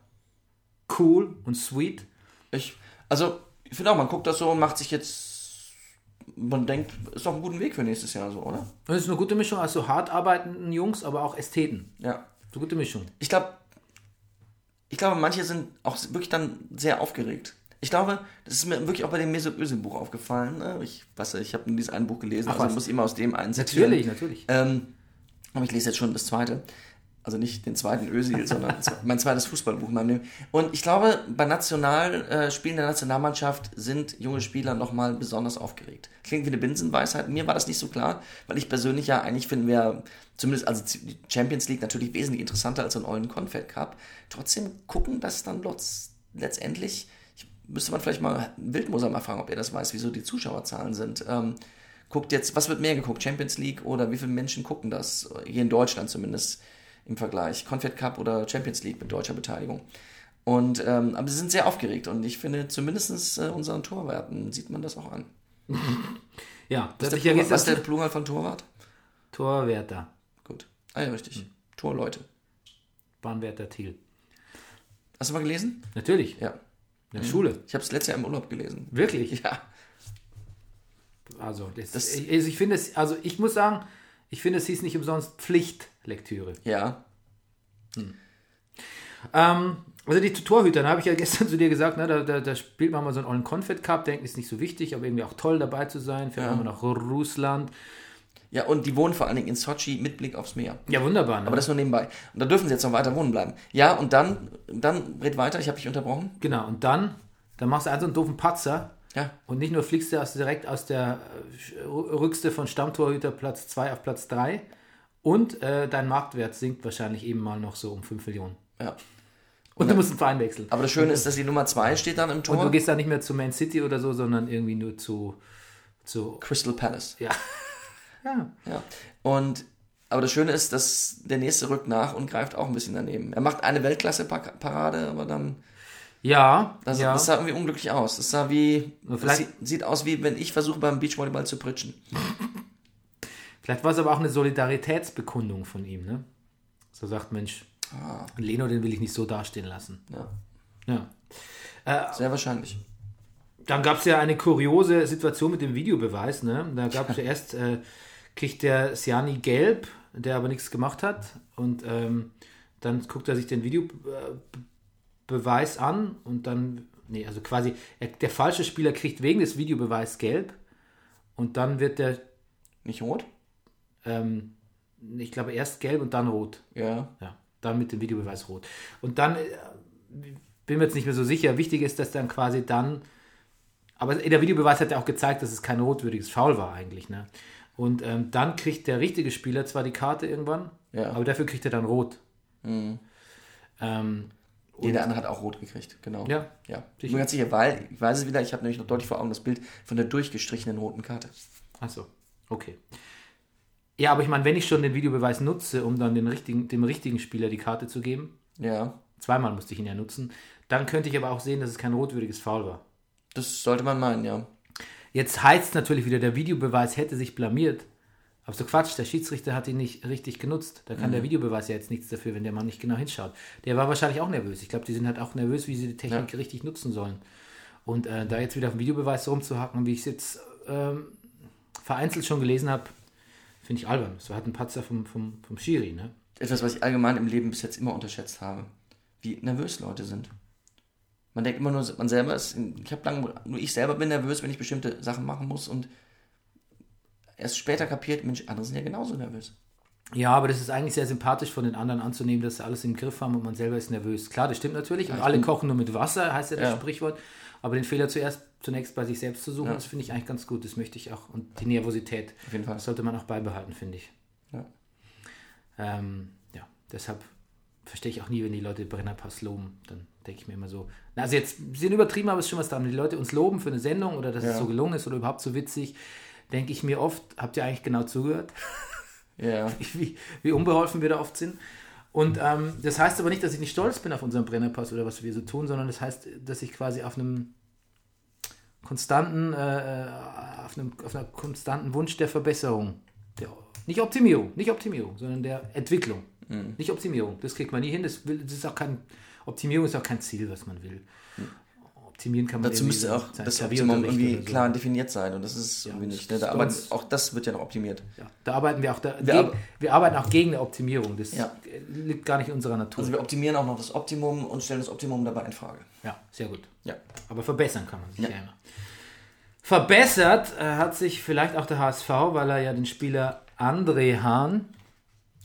Speaker 2: cool und sweet.
Speaker 1: Ich, also, ich finde auch, man guckt das so und macht sich jetzt. Man denkt, ist doch ein guter Weg für nächstes Jahr so, oder?
Speaker 2: Und es ist eine gute Mischung aus so hart arbeitenden Jungs, aber auch Ästheten.
Speaker 1: Ja.
Speaker 2: So gute Mischung.
Speaker 1: Ich glaube, ich glaube, manche sind auch wirklich dann sehr aufgeregt. Ich glaube, das ist mir wirklich auch bei dem Mesut Özil Buch aufgefallen. ne? Ich weiß nicht, ich habe nur dieses eine Buch gelesen,
Speaker 2: Ach,
Speaker 1: also
Speaker 2: was?
Speaker 1: muss immer aus dem einen zitieren.
Speaker 2: Natürlich, natürlich.
Speaker 1: Ähm, aber ich lese jetzt schon das zweite. Also nicht den zweiten Özil, sondern z- mein zweites Fußballbuch in meinem Leben. Und ich glaube, bei National, äh, Spielen der Nationalmannschaft sind junge Spieler nochmal besonders aufgeregt. Klingt wie eine Binsenweisheit. Mir war das nicht so klar, weil ich persönlich ja eigentlich finden wir, zumindest also z- die Champions League natürlich wesentlich interessanter als so einen ollen Confed Cup. Trotzdem gucken das dann lotz- letztendlich, ich, müsste man vielleicht mal Wildmoser mal fragen, ob er das weiß, wieso die Zuschauerzahlen sind. Ähm, guckt jetzt, was wird mehr geguckt? Champions League oder wie viele Menschen gucken das? Hier in Deutschland zumindest im Vergleich. Confed Cup oder Champions League mit deutscher Beteiligung. Und, ähm, aber sie sind sehr aufgeregt und ich finde, zumindest äh, unseren Torwerten sieht man das auch an.
Speaker 2: Ja, das
Speaker 1: Was der,
Speaker 2: habe ich ja
Speaker 1: Plural, was ist der
Speaker 2: gestern.
Speaker 1: Plural von Torwart?
Speaker 2: Torwärter.
Speaker 1: Gut. Ah ja, richtig. Torleute.
Speaker 2: Bahnwärter Thiel.
Speaker 1: Hast du mal gelesen?
Speaker 2: Natürlich,
Speaker 1: Ja.
Speaker 2: in der Schule.
Speaker 1: Ich habe es letztes Jahr im Urlaub gelesen.
Speaker 2: Wirklich.
Speaker 1: Ja.
Speaker 2: Also, das,
Speaker 1: Das-
Speaker 2: ich, ich finde es, also ich muss sagen, ich finde es hieß nicht umsonst Pflichtlektüre.
Speaker 1: Ja.
Speaker 2: Ähm, also die Torhüter, da habe ich ja gestern zu dir gesagt, ne, da, da, da spielt man mal so einen ollen Confed Cup, denken ist nicht so wichtig, aber irgendwie auch toll dabei zu sein, fährt man mal nach Russland.
Speaker 1: Ja, und die wohnen vor allen Dingen in Sochi mit Blick aufs Meer.
Speaker 2: Ja, wunderbar. Ne?
Speaker 1: Aber das nur nebenbei. Und da dürfen sie jetzt noch weiter wohnen bleiben. Ja, und dann, dann red weiter, ich habe dich unterbrochen.
Speaker 2: genau, und dann, dann machst du also einen so einen doofen Patzer
Speaker 1: Ja.
Speaker 2: und nicht nur fliegst du aus, direkt aus der äh, Rückste von Stammtorhüter Platz 2 auf Platz 3 und äh, dein Marktwert sinkt wahrscheinlich eben mal noch so um 5 Millionen.
Speaker 1: ja.
Speaker 2: Und du musst einen Verein wechseln.
Speaker 1: Aber das Schöne ist, dass die Nummer 2 steht dann im Tor.
Speaker 2: Und du gehst da nicht mehr zu Man City oder so, sondern irgendwie nur zu, zu
Speaker 1: Crystal Palace.
Speaker 2: ja. ja.
Speaker 1: Ja. Und aber das Schöne ist, dass der nächste rückt nach und greift auch ein bisschen daneben. Er macht eine Weltklasse-Parade, aber dann.
Speaker 2: Ja,
Speaker 1: Das,
Speaker 2: ja.
Speaker 1: das sah irgendwie unglücklich aus. Das sah wie. Das
Speaker 2: vielleicht-
Speaker 1: sieht, sieht aus wie wenn ich versuche beim Beachvolleyball zu pritschen.
Speaker 2: Vielleicht war es aber auch eine Solidaritätsbekundung von ihm, ne? So sagt, Mensch, Leno, den will ich nicht so dastehen lassen.
Speaker 1: Ja.
Speaker 2: Ja.
Speaker 1: Sehr wahrscheinlich.
Speaker 2: Dann gab es ja eine kuriose Situation mit dem Videobeweis, ne? Da gab es ja erst, äh, kriegt der Siani gelb, der aber nichts gemacht hat. Und ähm, dann guckt er sich den Videobeweis an und dann, nee, also quasi, er, der falsche Spieler kriegt wegen des Videobeweis gelb und dann wird der,
Speaker 1: Nicht rot?
Speaker 2: ähm, ich glaube, erst gelb und dann rot.
Speaker 1: Ja.
Speaker 2: Ja, dann mit dem Videobeweis rot. Und dann äh, bin mir jetzt nicht mehr so sicher. Wichtig ist, dass dann quasi dann. Aber der Videobeweis hat ja auch gezeigt, dass es kein rotwürdiges Foul war eigentlich. Ne? Und ähm, dann kriegt der richtige Spieler zwar die Karte irgendwann,
Speaker 1: Ja.
Speaker 2: aber dafür kriegt er dann rot. Ähm,
Speaker 1: Jeder andere hat auch rot gekriegt, genau.
Speaker 2: Ja.
Speaker 1: Ja. Ich
Speaker 2: Sicher.
Speaker 1: bin ganz sicher, weil, ich weiß es wieder, ich habe nämlich noch deutlich vor Augen das Bild von der durchgestrichenen roten Karte.
Speaker 2: achso, also, okay. Ja, aber ich meine, wenn ich schon den Videobeweis nutze, um dann den richtigen, dem richtigen Spieler die Karte zu geben,
Speaker 1: Ja.
Speaker 2: zweimal musste ich ihn ja nutzen, dann könnte ich aber auch sehen, dass es kein rotwürdiges Foul war.
Speaker 1: Das sollte man meinen, ja.
Speaker 2: Jetzt heißt natürlich wieder, der Videobeweis hätte sich blamiert. Aber so Quatsch, der Schiedsrichter hat ihn nicht richtig genutzt. Da kann der Videobeweis ja jetzt nichts dafür, wenn der Mann nicht genau hinschaut. Der war wahrscheinlich auch nervös. Ich glaube, die sind halt auch nervös, wie sie die Technik richtig nutzen sollen. Und äh, da jetzt wieder auf den Videobeweis rumzuhacken, wie ich es jetzt ähm, vereinzelt schon gelesen habe, finde ich albern. Das war halt ein Patzer vom, vom, vom Schiri, ne?
Speaker 1: etwas, was ich allgemein im Leben bis jetzt immer unterschätzt habe, wie nervös Leute sind. Man denkt immer nur, man selber ist, ich habe lange, nur ich selber bin nervös, wenn ich bestimmte Sachen machen muss und erst später kapiert, Mensch, andere sind ja genauso nervös.
Speaker 2: Ja, aber das ist eigentlich sehr sympathisch von den anderen anzunehmen, dass sie alles im Griff haben und man selber ist nervös. Klar, das stimmt natürlich. Und alle kochen nur mit Wasser, heißt ja das
Speaker 1: Ja.
Speaker 2: Sprichwort. Aber den Fehler zuerst zunächst bei sich selbst zu suchen, das finde ich eigentlich ganz gut. Das möchte ich auch. Und die Nervosität.
Speaker 1: Auf jeden Fall.
Speaker 2: Das sollte man auch beibehalten, finde ich.
Speaker 1: Ja.
Speaker 2: Ähm, ja, deshalb verstehe ich auch nie, wenn die Leute Brennerpass loben. Dann denke ich mir immer so, na, also jetzt sie sind übertrieben, aber es ist schon was dran. Wenn die Leute uns loben für eine Sendung oder dass es
Speaker 1: Ja.
Speaker 2: so gelungen ist oder überhaupt so witzig, denke ich mir oft, habt ihr eigentlich genau zugehört?
Speaker 1: Ja,
Speaker 2: wie, wie unbeholfen wir da oft sind. Und ähm, das heißt aber nicht, dass ich nicht stolz bin auf unseren Brennerpass oder was wir so tun, sondern das heißt, dass ich quasi auf einem konstanten, äh, auf, einem, auf einer konstanten Wunsch der Verbesserung, der, nicht Optimierung, nicht Optimierung, sondern der Entwicklung,
Speaker 1: Mhm.
Speaker 2: nicht Optimierung. Das kriegt man nie hin. Das, will, das ist auch kein Optimierung ist auch kein Ziel, was man will. optimieren kann man
Speaker 1: Mhm. Dazu
Speaker 2: irgendwie
Speaker 1: müsste auch
Speaker 2: sein
Speaker 1: das
Speaker 2: Klavier
Speaker 1: Optimum
Speaker 2: unterrichten
Speaker 1: irgendwie
Speaker 2: oder so.
Speaker 1: klar definiert sein und das ist irgendwie nicht. Ne? Da, aber
Speaker 2: sonst-
Speaker 1: auch das wird ja noch optimiert.
Speaker 2: Ja, da arbeiten wir auch da, wir,
Speaker 1: ar-
Speaker 2: wir arbeiten auch gegen eine Optimierung. Das
Speaker 1: Ja.
Speaker 2: liegt gar nicht in unserer Natur.
Speaker 1: Also wir optimieren auch noch das Optimum und stellen das Optimum dabei in Frage.
Speaker 2: ja, sehr gut.
Speaker 1: Ja.
Speaker 2: Aber verbessern kann man sich ja, immer. Verbessert äh, hat sich vielleicht auch der HSV, weil er ja den Spieler André Hahn,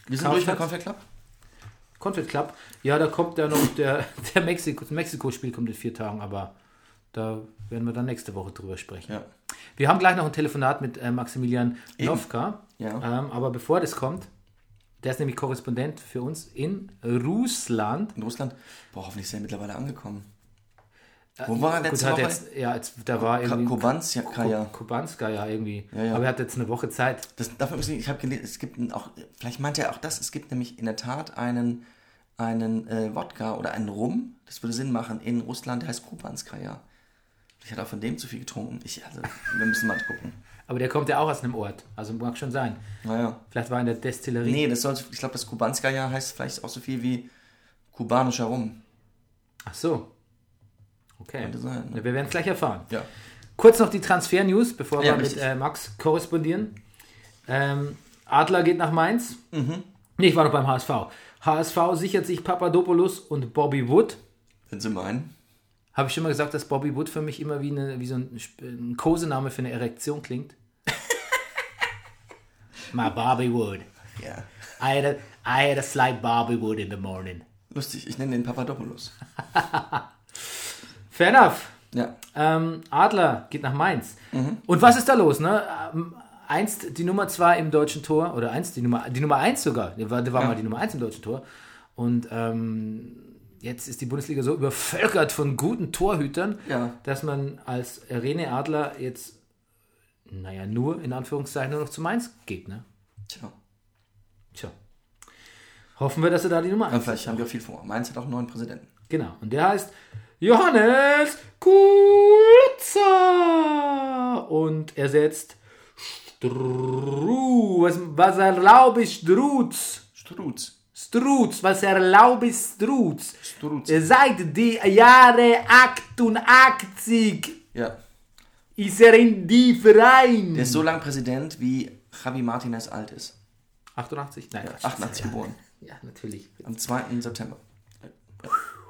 Speaker 1: Wir sind
Speaker 2: Kaufmann-
Speaker 1: durch bei Confit Club?
Speaker 2: Confit Club, ja, da kommt ja noch der, der Mexiko, das Mexiko-Spiel kommt in vier Tagen, aber da werden wir dann nächste Woche drüber sprechen.
Speaker 1: Ja.
Speaker 2: Wir haben gleich noch ein Telefonat mit äh, Maximilian Nowka.
Speaker 1: Ja.
Speaker 2: Ähm, aber bevor das kommt, der ist nämlich Korrespondent für uns in Russland.
Speaker 1: In Russland? Boah, hoffentlich ist er mittlerweile angekommen. Wo war er
Speaker 2: Gut,
Speaker 1: letzte
Speaker 2: hat
Speaker 1: Woche?
Speaker 2: jetzt, ja, jetzt, da war
Speaker 1: Ka-
Speaker 2: irgendwie
Speaker 1: Kobanz, ja, Kaja.
Speaker 2: Kubanska ja irgendwie.
Speaker 1: ja.
Speaker 2: Aber er hat jetzt eine Woche Zeit.
Speaker 1: Das darf man übrigens nicht- ich habe gelesen, es gibt einen auch, vielleicht meint er auch das, es gibt nämlich in der Tat einen, einen äh, Wodka oder einen Rum, das würde Sinn machen, in Russland, der heißt Kubanskaja. Ich hatte auch von dem zu viel getrunken. Ich, also, wir müssen mal gucken.
Speaker 2: Aber der kommt ja auch aus einem Ort. Also mag schon sein.
Speaker 1: Naja.
Speaker 2: Vielleicht war er in der Destillerie.
Speaker 1: Nee, das soll, ich glaube, das Kubanskaja heißt vielleicht auch so viel wie kubanischer Rum.
Speaker 2: Ach so. Okay.
Speaker 1: Könnte sein, ne?
Speaker 2: Ja, wir werden es gleich erfahren.
Speaker 1: Ja.
Speaker 2: Kurz noch die Transfer-News, bevor
Speaker 1: Ja,
Speaker 2: wir mit
Speaker 1: richtig.
Speaker 2: äh, Max korrespondieren. Ähm, Adler geht nach Mainz.
Speaker 1: Mhm.
Speaker 2: Nee, ich war noch beim HSV. HSV sichert sich Papadopoulos und Bobby Wood.
Speaker 1: Wenn Sie meinen.
Speaker 2: Habe ich schon mal gesagt, dass Bobby Wood für mich immer wie, eine, wie so ein, Sp- ein Kosename für eine Erektion klingt? My Bobby Wood.
Speaker 1: Ja.
Speaker 2: I had, a, I had a slight Bobby Wood in the morning.
Speaker 1: Lustig, ich nenne den Papadopoulos.
Speaker 2: Fair enough.
Speaker 1: Ja.
Speaker 2: Ähm, Adler geht nach Mainz. Und was ist da los? Ne? Ähm, einst die Nummer 2 im deutschen Tor, oder einst die Nummer, die Nummer 1 sogar, die war, die war mal die Nummer 1 im deutschen Tor. Und ähm, jetzt ist die Bundesliga so übervölkert von guten Torhütern,
Speaker 1: Ja.
Speaker 2: dass man als Rene Adler jetzt, naja, nur in Anführungszeichen nur noch zu Mainz geht. Ne?
Speaker 1: Tja.
Speaker 2: Tja. Hoffen wir, dass er da die Nummer 1
Speaker 1: Aber vielleicht haben wir auch viel vor. Mainz hat auch einen neuen Präsidenten.
Speaker 2: Genau, und der heißt Johannes Kulitzer. Und er setzt Stru, was, was erlaube ich Strutz?
Speaker 1: Strutz.
Speaker 2: Strutz, was erlaube ich Strutz?
Speaker 1: Strutz.
Speaker 2: Seit die Jahre 88
Speaker 1: Ja.
Speaker 2: ist er in die
Speaker 1: Der
Speaker 2: Verein.
Speaker 1: ist so lang Präsident, wie Javi Martinez alt ist.
Speaker 2: 88? Nein, Quatsch.
Speaker 1: 88 geboren.
Speaker 2: Ja, natürlich.
Speaker 1: Am 2. September.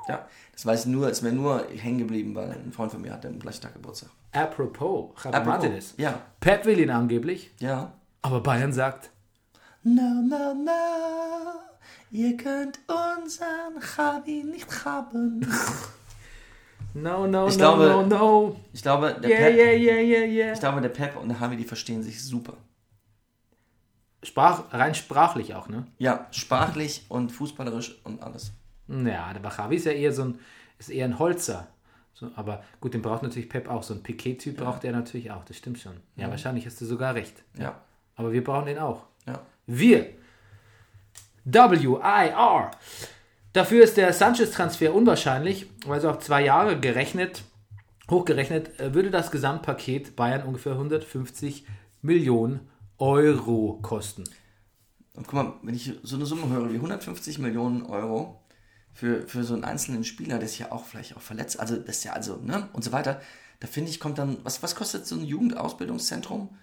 Speaker 1: Ja. Das weiß ich nur, ist mir nur hängen geblieben, weil ein Freund von mir hat am gleichen Tag Geburtstag.
Speaker 2: Apropos, Javi
Speaker 1: Apropos,
Speaker 2: Martinez.
Speaker 1: ja.
Speaker 2: Pep will ihn angeblich,
Speaker 1: Ja.
Speaker 2: aber Bayern sagt,
Speaker 1: No, no, no. Ihr könnt unseren Javi nicht haben.
Speaker 2: no, no,
Speaker 1: Ich
Speaker 2: no,
Speaker 1: glaube-
Speaker 2: no, no.
Speaker 1: Ich glaube, der
Speaker 2: Yeah,
Speaker 1: Pep,
Speaker 2: yeah, yeah, yeah, yeah.
Speaker 1: ich glaube, der Pep und der Javi, die verstehen sich super.
Speaker 2: Sprach, rein sprachlich auch, ne?
Speaker 1: Ja, sprachlich und fußballerisch und alles.
Speaker 2: Ja, der Bachavi ist ja eher so ein, ist eher ein Holzer. So, aber gut, den braucht natürlich Pep auch. So ein Piquet-Typ braucht er natürlich auch, das stimmt schon. Ja, wahrscheinlich hast du sogar recht.
Speaker 1: Ja.
Speaker 2: Aber wir brauchen den auch.
Speaker 1: Ja.
Speaker 2: Wir. WIR. Dafür ist der Sanchez-Transfer unwahrscheinlich, also auf zwei Jahre gerechnet, hochgerechnet, äh, würde das Gesamtpaket Bayern ungefähr 150 Millionen Euro kosten.
Speaker 1: Und guck mal, wenn ich so eine Summe höre wie 150 Millionen Euro für, für so einen einzelnen Spieler, der sich ja auch vielleicht auch verletzt, also das ist ja also, ne, und so weiter, da finde ich, kommt dann, was, was kostet so ein Jugendausbildungszentrum?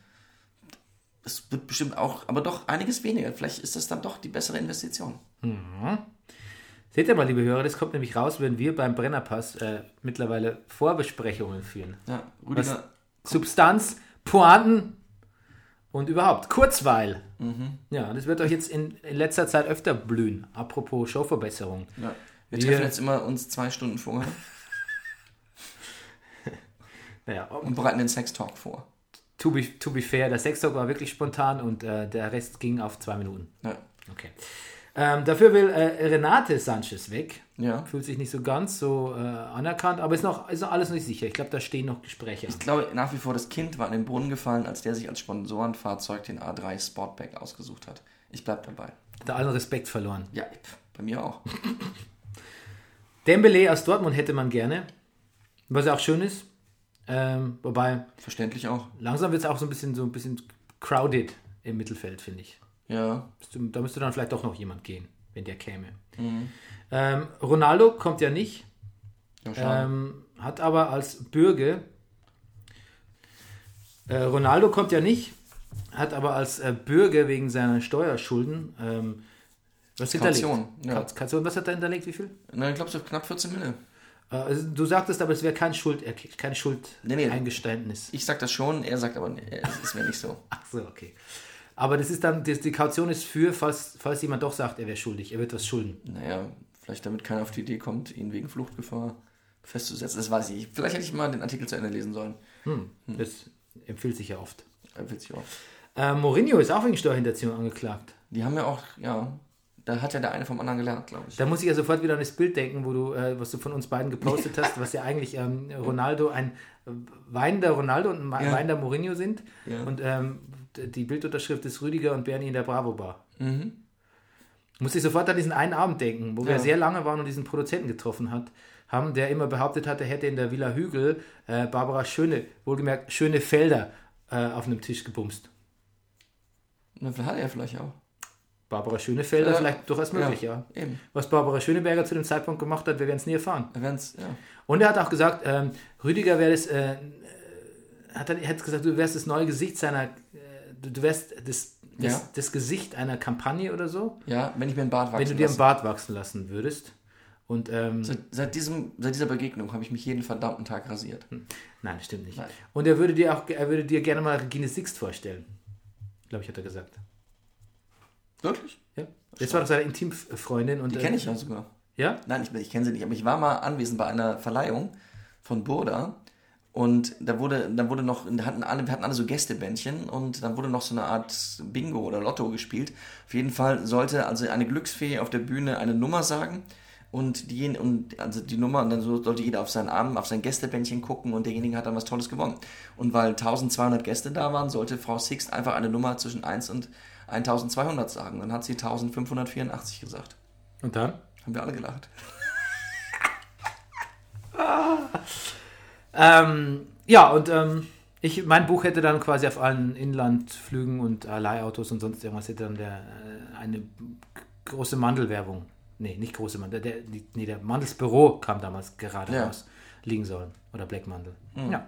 Speaker 1: Das wird bestimmt auch, aber doch einiges weniger. Vielleicht ist das dann doch die bessere Investition.
Speaker 2: Seht ihr mal, liebe Hörer, das kommt nämlich raus, wenn wir beim Brennerpass äh, mittlerweile Vorbesprechungen führen.
Speaker 1: Ja, Rüdiger,
Speaker 2: Substanz, Pointen und überhaupt Kurzweil. Ja, das wird euch jetzt in, in letzter Zeit öfter blühen. Apropos Showverbesserung.
Speaker 1: ja, wir
Speaker 2: wir-
Speaker 1: treffen jetzt immer uns zwei Stunden vorher
Speaker 2: Naja, um,
Speaker 1: und bereiten den Sex-Talk vor.
Speaker 2: to be, to be fair, der Sextalk war wirklich spontan und äh, der Rest ging auf zwei Minuten.
Speaker 1: Ja,
Speaker 2: Okay. Ähm, dafür will äh, Renate Sanchez weg.
Speaker 1: ja.
Speaker 2: Fühlt sich nicht so ganz so äh, anerkannt, aber ist noch, ist noch alles noch nicht sicher. Ich glaube, da stehen noch Gespräche.
Speaker 1: Ich glaube nach wie vor, das Kind war in den Boden gefallen, als der sich als Sponsorenfahrzeug den A3 Sportback ausgesucht hat. Ich bleib dabei.
Speaker 2: Da allen Respekt verloren.
Speaker 1: Ja, pf, bei mir auch.
Speaker 2: Dembele aus Dortmund hätte man gerne, was ja auch schön ist. Ähm, wobei,
Speaker 1: Verständlich auch.
Speaker 2: langsam wird es auch so ein bisschen so ein bisschen crowded im Mittelfeld, finde ich.
Speaker 1: Ja.
Speaker 2: Müsste- Da müsste dann
Speaker 1: Mhm.
Speaker 2: vielleicht doch noch jemand gehen, wenn der käme. Ähm, Ronaldo kommt ja nicht. ähm, hat aber als Bürger, äh, Ronaldo kommt ja nicht, hat aber als äh, Bürger wegen seiner Steuerschulden ähm, was hinterlegt.
Speaker 1: Kaution, ja.
Speaker 2: Ka- Kaution, was hat er hinterlegt? Wie viel?
Speaker 1: Na, ich glaube, so knapp 14 Mille.
Speaker 2: Äh, also du sagtest aber, es wäre kein Schuld, kein
Speaker 1: Nee, nee.
Speaker 2: Schuldeingeständnis.
Speaker 1: Ich sag das schon, er sagt aber, nee, es ist mir nicht so.
Speaker 2: Ach so, okay. Aber das ist dann, das, die Kaution ist für, falls, falls jemand doch sagt, er wäre schuldig, er wird was schulden.
Speaker 1: Naja, vielleicht damit keiner auf die Idee kommt, ihn wegen Fluchtgefahr festzusetzen. Das weiß ich. nicht. Vielleicht hätte ich mal den Artikel zu Ende lesen sollen.
Speaker 2: Hm. Das empfiehlt sich ja oft.
Speaker 1: Äh, Witzig auch.
Speaker 2: Äh, Mourinho ist auch wegen Steuerhinterziehung angeklagt.
Speaker 1: Die haben ja auch, ja, da hat ja der eine vom anderen gelernt, glaube ich.
Speaker 2: Da muss ich ja sofort wieder an das Bild denken, wo du, äh, was du von uns beiden gepostet hast, was ja eigentlich ähm, Ronaldo, ein äh, weinender Ronaldo und ein ma- weinender Mourinho sind. Und ähm, d- die Bildunterschrift ist Rüdiger und Bernie in der Bravo Bar.
Speaker 1: Mhm.
Speaker 2: Muss ich sofort an diesen einen Abend denken, wo wir sehr lange waren und diesen Produzenten getroffen hat, haben, der immer behauptet hat, er hätte in der Villa Hügel äh, Barbara Schöne, wohlgemerkt Schöne Felder, äh, auf einem Tisch gebumst.
Speaker 1: Na, vielleicht hat er vielleicht auch.
Speaker 2: Barbara Schönefelder,
Speaker 1: Ja.
Speaker 2: vielleicht durchaus möglich, ja.
Speaker 1: Ja, eben.
Speaker 2: Was Barbara Schöneberger zu dem Zeitpunkt gemacht hat, wir werden es nie erfahren.
Speaker 1: Wenn's, ja.
Speaker 2: Und er hat auch gesagt, ähm, Rüdiger wäre das, äh, hat, er hat gesagt, du wärst das neue Gesicht seiner, äh, du, du wärst das, das,
Speaker 1: Ja.
Speaker 2: das Gesicht einer Kampagne oder so,
Speaker 1: ja, wenn ich mir einen Bart wachsen
Speaker 2: wenn du dir einen
Speaker 1: lasse.
Speaker 2: Bart wachsen lassen würdest. Und ähm,
Speaker 1: Seit, seit, diesem, seit dieser Begegnung habe ich mich jeden verdammten Tag rasiert.
Speaker 2: nein, das stimmt nicht.
Speaker 1: Nein.
Speaker 2: Und er würde dir auch, er würde dir gerne mal Regine Sixt vorstellen. Glaube ich, hat er gesagt.
Speaker 1: Wirklich?
Speaker 2: Ja. Das war doch seine Intimfreundin und äh,
Speaker 1: Die kenne ich ja sogar.
Speaker 2: Ja?
Speaker 1: Nein, ich, ich kenne sie nicht, aber ich war mal anwesend bei einer Verleihung von Burda und da wurde, da wurde noch, da hatten alle, wir hatten alle so Gästebändchen und dann wurde noch so eine Art Bingo oder Lotto gespielt. Auf jeden Fall sollte also eine Glücksfee auf der Bühne eine Nummer sagen und die, und also die Nummer und dann so sollte jeder auf seinen Arm, auf sein Gästebändchen gucken und derjenige hat dann was Tolles gewonnen. Und weil 1200 Gäste da waren, sollte Frau Sixt einfach eine Nummer zwischen 1 und 1200 sagen. Dann hat sie 1584 gesagt.
Speaker 2: Und dann?
Speaker 1: Haben wir alle gelacht.
Speaker 2: Ähm, ja, und ähm, ich, mein Buch hätte dann quasi auf allen Inlandflügen und äh, Leihautos und sonst irgendwas hätte dann der, äh, eine g- große Mandelwerbung. Nee, nicht große Mandel. Der, die, nee, der Mandelsbüro kam damals gerade
Speaker 1: Ja. Mhm.
Speaker 2: raus. Liegen sollen. Oder Blackmandel. Ja.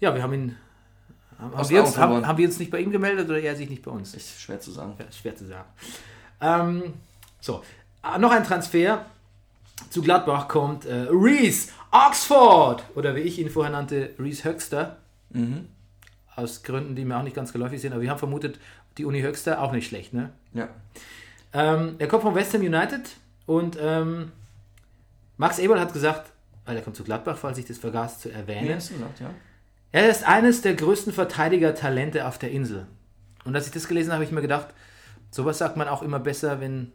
Speaker 2: ja, wir haben ihn. äh, Haben, haben,
Speaker 1: Aus
Speaker 2: wir
Speaker 1: den
Speaker 2: uns,
Speaker 1: Augen
Speaker 2: haben,
Speaker 1: verloren.
Speaker 2: haben wir uns nicht bei ihm gemeldet oder er sich nicht bei uns?
Speaker 1: Ist schwer zu sagen.
Speaker 2: Ja, schwer zu sagen. Ähm, so, Ah, noch ein Transfer. Zu Gladbach kommt äh, Reese Oxford oder wie ich ihn vorher nannte, Reese Höxter. Aus Gründen, die mir auch nicht ganz geläufig sind, aber wir haben vermutet, die Uni Höxter auch nicht schlecht. Ne?
Speaker 1: Ja.
Speaker 2: Ähm, er kommt von West Ham United und ähm, Max Eberl hat gesagt, weil er kommt zu Gladbach, falls ich das vergaß zu erwähnen,
Speaker 1: hast du gesagt, ja.
Speaker 2: er ist eines der größten Verteidiger-Talente auf der Insel. Und als ich das gelesen habe, habe ich mir gedacht, sowas sagt man auch immer besser, wenn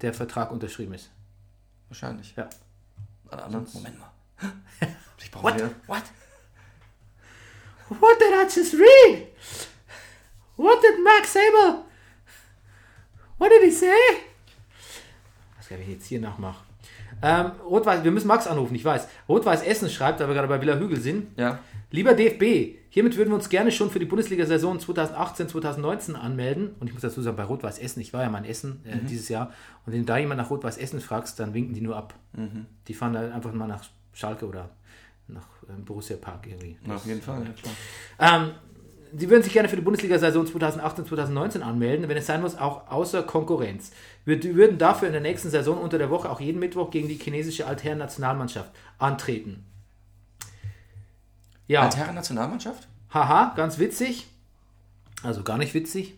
Speaker 2: der Vertrag unterschrieben ist.
Speaker 1: Wahrscheinlich.
Speaker 2: Ja.
Speaker 1: Alle anderen. Moment mal. Ich brauche What? What?
Speaker 2: What did I just read? What did Max Abel? What did he say? Was kann ich jetzt hier nachmachen? Ähm, Rot-Weiß, wir müssen Max anrufen, ich weiß. Rot-Weiß Essen schreibt, da wir gerade bei Villa Hügel sind.
Speaker 1: Ja.
Speaker 2: Lieber DFB, hiermit würden wir uns gerne schon für die Bundesliga-Saison 2018-2019 anmelden. Und ich muss dazu sagen, bei Rot-Weiß Essen, ich war ja mal in Essen äh,
Speaker 1: Mhm.
Speaker 2: dieses Jahr. Und wenn du da jemand nach Rot-Weiß Essen fragst, dann winken die nur ab.
Speaker 1: Mhm.
Speaker 2: Die fahren dann einfach mal nach Schalke oder nach ähm, Borussia Park irgendwie.
Speaker 1: Na, auf jeden Fall. Ja, klar.
Speaker 2: Ähm, Sie würden sich gerne für die Bundesliga-Saison 2018-2019 anmelden, wenn es sein muss, auch außer Konkurrenz. Wir d- würden dafür in der nächsten Saison unter der Woche auch jeden Mittwoch gegen die chinesische Altherren-Nationalmannschaft antreten. Ja,
Speaker 1: Altherren Nationalmannschaft?
Speaker 2: haha, ganz witzig. Also gar nicht witzig.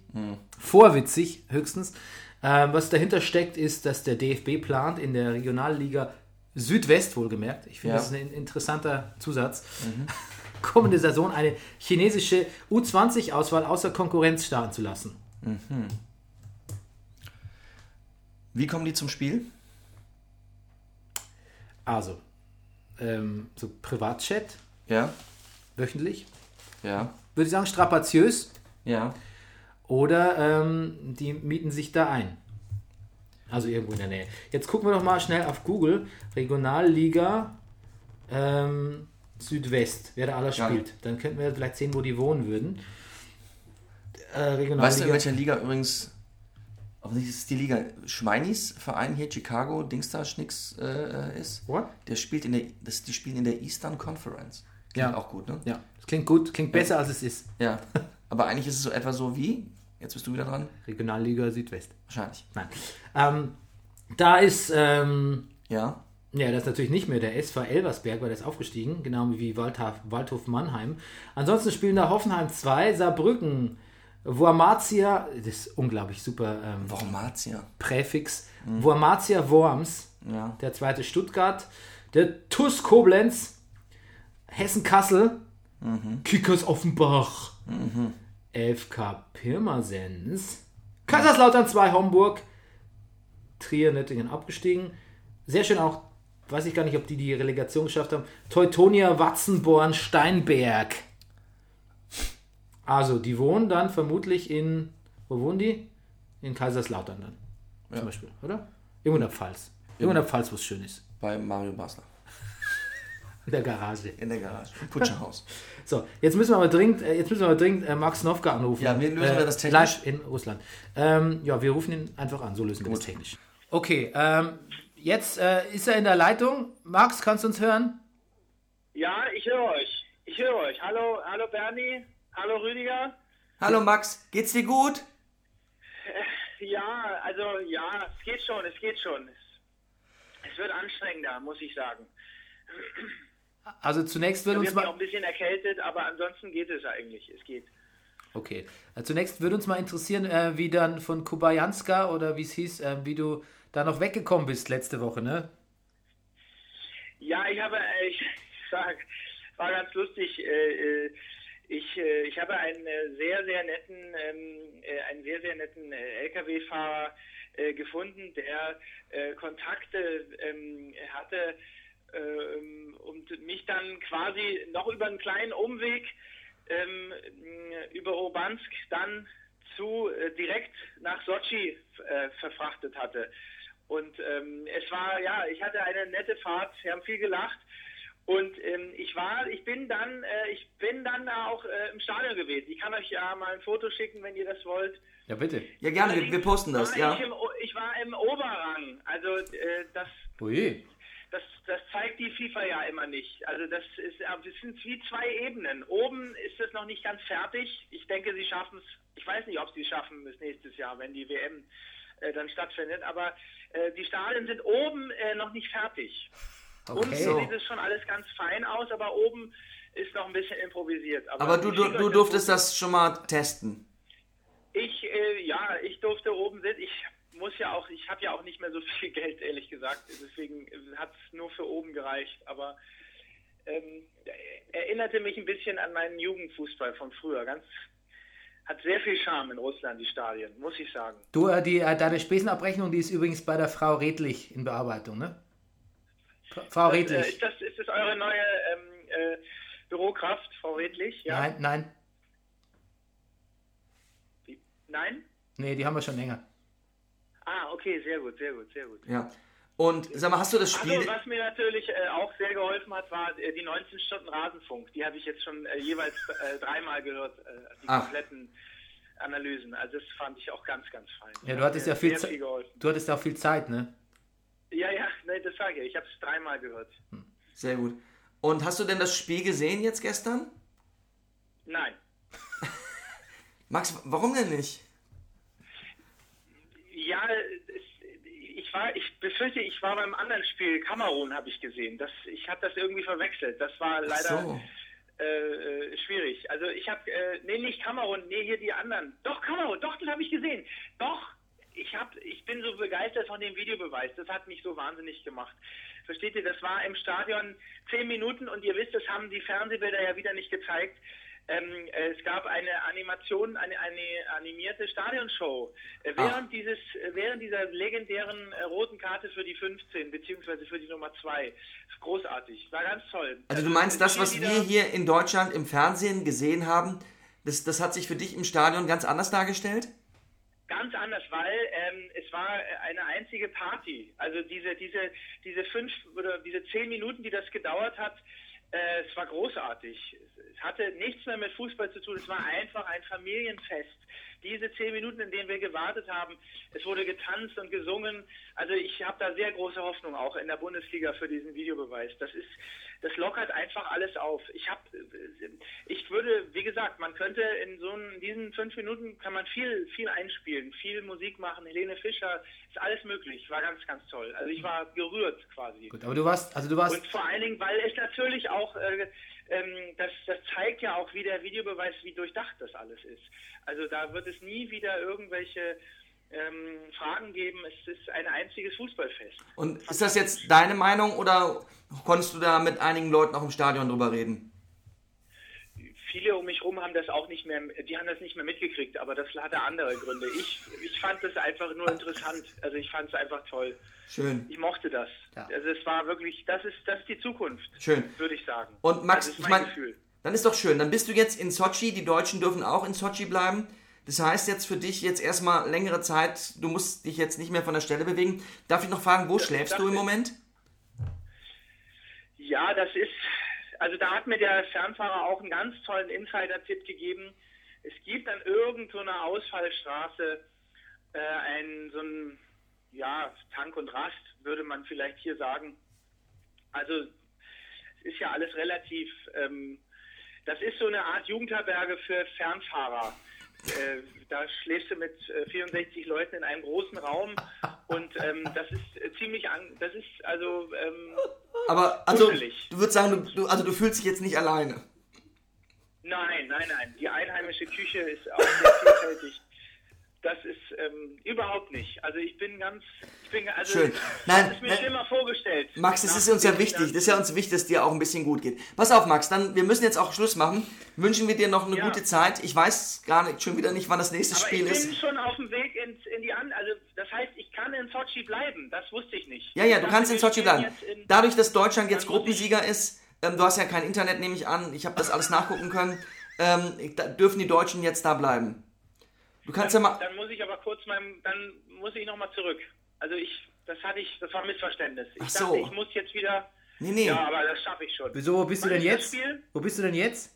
Speaker 2: Vorwitzig höchstens. Ähm, was dahinter steckt, ist, dass der DFB plant in der Regionalliga Südwest wohlgemerkt. Ich finde,
Speaker 1: Ja.
Speaker 2: das ist ein interessanter Zusatz kommende Saison eine chinesische U20-Auswahl außer Konkurrenz starten zu lassen.
Speaker 1: Wie kommen die zum Spiel?
Speaker 2: Also, ähm, so Privatchat
Speaker 1: Ja.
Speaker 2: wöchentlich.
Speaker 1: Ja.
Speaker 2: Würde ich sagen, strapaziös.
Speaker 1: Ja.
Speaker 2: Oder ähm, die mieten sich da ein. Also irgendwo in der Nähe. Jetzt gucken wir noch mal schnell auf Google. Regionalliga ähm, Südwest, wer da alles
Speaker 1: Ja.
Speaker 2: spielt. Dann könnten wir vielleicht sehen, wo die wohnen würden. Äh, Regionalliga.
Speaker 1: Weißt du, in welcher Liga übrigens Offensichtlich ist es die Liga Schweinis, Verein hier, Chicago, Dings da, Schnicks äh, ist.
Speaker 2: What?
Speaker 1: Der spielt in der, das, die spielen in der Eastern Conference. Klingt
Speaker 2: Ja.
Speaker 1: auch gut, ne?
Speaker 2: Ja, das klingt gut, klingt besser als es ist.
Speaker 1: Ja. Aber eigentlich ist es so etwa so wie, jetzt bist du wieder dran,
Speaker 2: Regionalliga Südwest.
Speaker 1: wahrscheinlich.
Speaker 2: Nein. Ähm, da ist, ähm,
Speaker 1: Ja.
Speaker 2: ja, das ist natürlich nicht mehr der SV Elversberg, weil der ist aufgestiegen, genau wie Waldhof, Waldhof Mannheim. Ansonsten spielen da Hoffenheim 2, Saarbrücken, Wormatia, das ist unglaublich super ähm,
Speaker 1: Warum Marzia?
Speaker 2: Präfix, Wormatia Worms,
Speaker 1: Ja.
Speaker 2: der zweite Stuttgart, der TUS Koblenz, Hessen Kassel, Kickers Offenbach, FK Pirmasens, Kaiserslautern 2 Homburg, Trier Nöttingen abgestiegen. Sehr schön auch, weiß ich gar nicht, ob die die Relegation geschafft haben. Teutonia Watzenborn Steinberg. Also, die wohnen dann vermutlich in, wo wohnen die? In Kaiserslautern dann. Zum Beispiel, oder? Irgendwo in der Pfalz. Irgendwo in der Pfalz, wo es schön ist.
Speaker 1: Bei Mario Basler.
Speaker 2: In der Garage.
Speaker 1: In der Garage. Putscherhaus.
Speaker 2: So, jetzt müssen wir aber dringend, äh, jetzt müssen wir aber dringend äh, Max Nowka anrufen. Äh,
Speaker 1: Ja, wir lösen wir das technisch.
Speaker 2: Live in Russland. Ähm, ja, wir rufen ihn einfach an, so lösen wir das technisch. Okay, ähm, jetzt äh, ist er in der Leitung. Max, kannst du uns hören?
Speaker 8: Ja, ich höre euch. Ich höre euch. Hallo, hallo Bernie. Hallo Rüdiger.
Speaker 1: Hallo Max, geht's dir gut?
Speaker 8: Ja, also ja, es geht schon, es geht schon. Es, es wird anstrengender, muss ich sagen.
Speaker 2: Also zunächst würde uns
Speaker 8: Wir sind auch
Speaker 2: mal
Speaker 8: ein bisschen erkältet, aber ansonsten geht es eigentlich. Es geht.
Speaker 2: okay. Äh, Zunächst würde uns mal interessieren, äh, wie dann von Kubayanska oder wie es hieß, äh, wie du da noch weggekommen bist letzte Woche, ne?
Speaker 8: Ja, ich habe, äh, ich sag, war ganz lustig. äh, äh, Ich, äh, ich habe einen äh, sehr, sehr netten, ähm, äh, einen sehr, sehr netten äh, LKW-Fahrer äh, gefunden, der äh, Kontakte ähm, hatte ähm, und mich dann quasi noch über einen kleinen Umweg ähm, mh, über Obansk dann zu äh, direkt nach Sochi äh, verfrachtet hatte. Und ähm, es war, ja, ich hatte eine nette Fahrt, wir haben viel gelacht. Und ähm, ich war, ich bin dann, äh, ich bin dann da auch äh, im Stadion gewesen. Ich kann euch ja mal ein Foto schicken, wenn ihr das wollt.
Speaker 2: Ja, bitte.
Speaker 1: Ja, gerne, wir, wir posten das,
Speaker 8: war
Speaker 1: ja.
Speaker 8: Ich, im, O- ich war im Oberrang. Also äh, das,
Speaker 2: Ui.
Speaker 8: das, das zeigt die FIFA ja immer nicht. Also das ist, äh, das sind wie zwei Ebenen. Oben ist es noch nicht ganz fertig. Ich denke, sie schaffen es. Ich weiß nicht, ob sie es schaffen bis nächstes Jahr, wenn die WM äh, dann stattfindet. Aber äh, die Stadien sind oben äh, noch nicht fertig. Unten sieht es schon alles ganz fein aus, aber oben ist noch ein bisschen improvisiert.
Speaker 1: Aber du,
Speaker 8: ich
Speaker 1: du,
Speaker 8: schicke euch
Speaker 1: du
Speaker 8: das
Speaker 1: durftest das schon mal testen.
Speaker 8: ich, äh, ja, ich durfte oben sitzen. Ich muss ja auch, ich habe ja auch nicht mehr so viel Geld, ehrlich gesagt. Deswegen hat es nur für oben gereicht. Aber ähm, erinnerte mich ein bisschen an meinen Jugendfußball von früher. Ganz, hat sehr viel Charme in Russland, die Stadien, muss ich sagen.
Speaker 2: Du, äh, die, äh, deine Spesenabrechnung, die ist übrigens bei der Frau Redlich in Bearbeitung, ne? Frau
Speaker 8: Äh,
Speaker 2: Redlich.
Speaker 8: ist, das, ist das eure neue ähm, äh, Bürokraft, Frau Redlich? Ja.
Speaker 2: Nein, nein.
Speaker 8: Nein?
Speaker 2: Nee, die haben wir schon länger.
Speaker 8: Ah, okay, sehr gut, sehr gut, sehr gut.
Speaker 1: Ja. Und sag mal, hast du das Spiel.
Speaker 8: Also, was mir natürlich äh, auch sehr geholfen hat, war äh, die 19 Stunden Rasenfunk. Die habe ich jetzt schon äh, jeweils äh, dreimal gehört, äh, die
Speaker 1: Ah.
Speaker 8: kompletten Analysen. Also das fand ich auch ganz, ganz fein.
Speaker 2: Ja, du hattest ja
Speaker 8: Hat mir
Speaker 2: viel,
Speaker 8: sehr
Speaker 2: Ze-
Speaker 8: viel geholfen.
Speaker 2: du hattest auch viel Zeit, ne?
Speaker 8: Ja, ja, nee, das sage ich. Ich habe es dreimal gehört.
Speaker 1: Sehr gut. Und hast du denn das Spiel gesehen jetzt gestern?
Speaker 8: Nein.
Speaker 1: Max, warum denn nicht?
Speaker 8: Ja, es, ich war, ich befürchte, ich war beim anderen Spiel Kamerun, habe ich gesehen. Das, ich habe das irgendwie verwechselt. Das war
Speaker 1: Ach
Speaker 8: leider
Speaker 1: so.
Speaker 8: äh, äh, schwierig. Also ich habe, äh, nee, nicht Kamerun, nee, hier die anderen. Doch, Kamerun, doch, das habe ich gesehen. Doch, ich, hab, ich bin so begeistert von dem Videobeweis. Das hat mich so wahnsinnig gemacht. Versteht ihr, das war im Stadion zehn Minuten und ihr wisst, das haben die Fernsehbilder ja wieder nicht gezeigt. Ähm, äh, es gab eine Animation, eine, eine animierte Stadionshow. Äh, während, dieses, äh, während dieser legendären äh, roten Karte für die 15, beziehungsweise für die Nummer 2. Großartig, war ganz toll.
Speaker 1: Also du meinst das, was wir hier in Deutschland im Fernsehen gesehen haben, das, das hat sich für dich im Stadion ganz anders dargestellt?
Speaker 8: Ganz anders, weil ähm, es war äh, eine einzige Party. Also diese, diese, diese fünf oder diese zehn Minuten, die das gedauert hat, Äh, es war großartig. Es hatte nichts mehr mit Fußball zu tun. Es war einfach ein Familienfest. Diese zehn Minuten, in denen wir gewartet haben, es wurde getanzt und gesungen. Also ich habe da sehr große Hoffnung auch in der Bundesliga für diesen Videobeweis. Das ist, das lockert einfach alles auf. Ich habe, ich würde, wie gesagt, man könnte in so einen, diesen fünf Minuten kann man viel, viel einspielen, viel Musik machen. Helene Fischer ist alles möglich. War ganz, ganz toll. Also ich war gerührt quasi.
Speaker 2: Gut, aber du warst, also du warst,
Speaker 8: Und vor allen Dingen, weil es natürlich auch, äh, ähm, das, das zeigt ja auch, wie der Videobeweis, wie durchdacht das alles ist. Also da wird es nie wieder irgendwelche ähm, Fragen geben. Es ist ein einziges Fußballfest.
Speaker 1: Und ist das jetzt deine Meinung oder konntest du da mit einigen Leuten auch im Stadion drüber reden?
Speaker 8: Viele um mich herum haben das auch nicht mehr, die haben das nicht mehr mitgekriegt, aber das hatte andere Gründe. Ich, ich fand das einfach nur interessant. Also ich fand es einfach toll.
Speaker 1: Schön.
Speaker 8: Ich mochte das.
Speaker 2: Ja.
Speaker 8: Also es war wirklich, das ist, das ist die Zukunft.
Speaker 1: Schön.
Speaker 8: Würde ich sagen.
Speaker 1: Und Max,
Speaker 8: das ist
Speaker 1: ich
Speaker 8: mein
Speaker 1: meine,
Speaker 8: Gefühl.
Speaker 1: dann ist doch schön. Dann bist du jetzt in Sochi. Die Deutschen dürfen auch in Sochi bleiben. Das heißt jetzt für dich jetzt erstmal längere Zeit. Du musst dich jetzt nicht mehr von der Stelle bewegen. Darf ich noch fragen, wo schläfst du
Speaker 8: dachte
Speaker 1: im
Speaker 8: ich.
Speaker 1: Moment?
Speaker 8: Ja, das ist, also da hat mir der Fernfahrer auch einen ganz tollen Insider-Tipp gegeben. Es gibt an irgendeiner Ausfallstraße äh, einen, so einen, ja, Tank und Rast, würde man vielleicht hier sagen. Also, es ist ja alles relativ. Ähm, das ist so eine Art Jugendherberge für Fernfahrer. Äh, da schläfst du mit äh, 64 Leuten in einem großen Raum und ähm, das ist äh, ziemlich, an, das ist also ähm,
Speaker 1: Aber also,
Speaker 8: Kuschelig.
Speaker 1: du würdest sagen, du, du, also du fühlst dich jetzt nicht alleine.
Speaker 8: Nein, nein, nein. Die einheimische Küche ist auch sehr vielfältig. Das ist ähm, überhaupt nicht. Also ich bin ganz, ich bin also
Speaker 1: Schön. Nein,
Speaker 8: das ist mir
Speaker 1: nein.
Speaker 8: schlimmer vorgestellt.
Speaker 1: Max, das
Speaker 8: Nach
Speaker 1: ist uns ja
Speaker 8: dem
Speaker 1: wichtig.
Speaker 8: Land-
Speaker 1: Das ist ja uns wichtig, dass dir auch ein bisschen gut geht. Pass auf, Max, dann, wir müssen jetzt auch Schluss machen. Wünschen wir dir noch eine
Speaker 8: Ja.
Speaker 1: gute Zeit. Ich weiß gar nicht, schon wieder nicht, wann das nächste
Speaker 8: Aber
Speaker 1: Spiel
Speaker 8: ich
Speaker 1: ist.
Speaker 8: bin schon auf dem Weg ins, in die an. Also das heißt, ich kann in Sochi bleiben. Das wusste ich nicht.
Speaker 1: Ja, ja,
Speaker 8: Ich
Speaker 1: du
Speaker 8: dachte,
Speaker 1: kannst in
Speaker 8: wir
Speaker 1: Sochi
Speaker 8: spielen
Speaker 1: bleiben.
Speaker 8: jetzt in-
Speaker 1: Dadurch, dass Deutschland jetzt
Speaker 8: Dann muss
Speaker 1: Gruppensieger ist, ähm, du hast ja kein Internet, nehme ich an, ich habe das alles nachgucken können, ähm, ich- da dürfen die Deutschen jetzt da bleiben. Du kannst ja mal.
Speaker 8: Dann muss ich aber kurz meinem, dann muss ich nochmal zurück. Also ich, das hatte ich, das war ein Missverständnis. Ich
Speaker 1: Ach
Speaker 8: dachte,
Speaker 1: so.
Speaker 8: ich muss jetzt wieder.
Speaker 1: Nee, nee.
Speaker 8: Ja, aber das schaffe ich schon.
Speaker 2: wieso, wo bist du
Speaker 8: Wann
Speaker 2: denn
Speaker 8: ist das
Speaker 2: jetzt?
Speaker 8: Spiel?
Speaker 2: Wo bist du denn jetzt?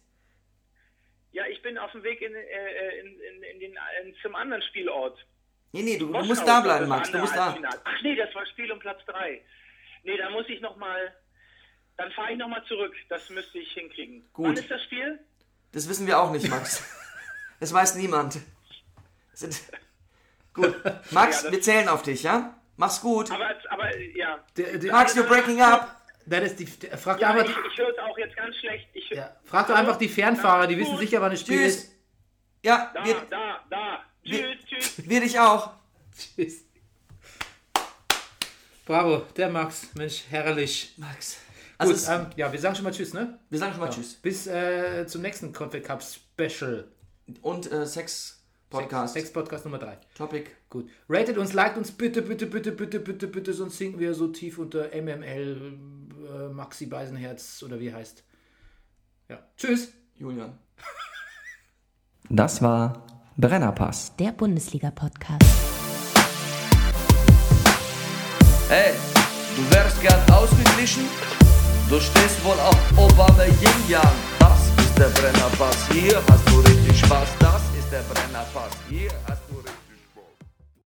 Speaker 8: Ja, ich bin auf dem Weg in, äh, in, in, in den, in, zum anderen Spielort.
Speaker 1: Nee, nee, du, du
Speaker 8: Moskau
Speaker 1: musst da
Speaker 8: ist
Speaker 1: bleiben,
Speaker 8: das
Speaker 1: Max. Du
Speaker 8: andere
Speaker 1: musst da.
Speaker 8: Halbfinale. Ach nee, das war Spiel um Platz 3. Nee, da muss ich nochmal. Dann fahre ich nochmal zurück. Das müsste ich hinkriegen.
Speaker 1: Gut.
Speaker 8: Wann ist das Spiel?
Speaker 1: Das wissen wir auch nicht, Max. Das weiß niemand. Sind- Gut. Max,
Speaker 8: Ja, das-
Speaker 1: wir zählen auf dich, ja? Mach's gut.
Speaker 8: Aber, aber ja.
Speaker 2: Der, der,
Speaker 1: Max, you're breaking up.
Speaker 2: Das ist die, der, frag,
Speaker 8: ja
Speaker 2: doch
Speaker 8: ich
Speaker 2: einfach,
Speaker 8: ich höre es auch jetzt ganz schlecht. Ich,
Speaker 2: ja, frag doch einfach die Fernfahrer, die wissen
Speaker 8: Gut.
Speaker 2: sicher, wann es Spiel
Speaker 1: Tschüss.
Speaker 2: ist.
Speaker 1: Ja,
Speaker 8: Da,
Speaker 1: wir,
Speaker 8: da, da.
Speaker 1: Wir-
Speaker 8: Tschüss, tschüss.
Speaker 1: wir dich auch.
Speaker 2: Tschüss. Bravo, der Max, Mensch, herrlich.
Speaker 1: Max. Also,
Speaker 2: Gut,
Speaker 1: es-
Speaker 2: ähm, ja, wir sagen schon mal Tschüss, ne?
Speaker 1: wir sagen schon mal Tschüss.
Speaker 2: Bis äh, zum nächsten Confit Cup Special.
Speaker 1: Und äh, Sex-Podcast.
Speaker 2: Sex Podcast Nummer 3.
Speaker 1: Topic.
Speaker 2: Gut. Ratet uns, liked uns bitte, bitte, bitte, bitte, bitte, bitte, sonst sinken wir so tief unter MML, äh, Maxi Beisenherz oder wie heißt. Ja. Tschüss.
Speaker 1: Julian.
Speaker 3: Das war Brennerpass.
Speaker 4: Der Bundesliga-Podcast.
Speaker 5: Ey, du wärst gern ausgeglichen? Du stehst wohl auf Obama Yin Yang. Das ist der Brennerpass, hier hast du richtig Spaß. Das ist der Brennerpass, hier hast du richtig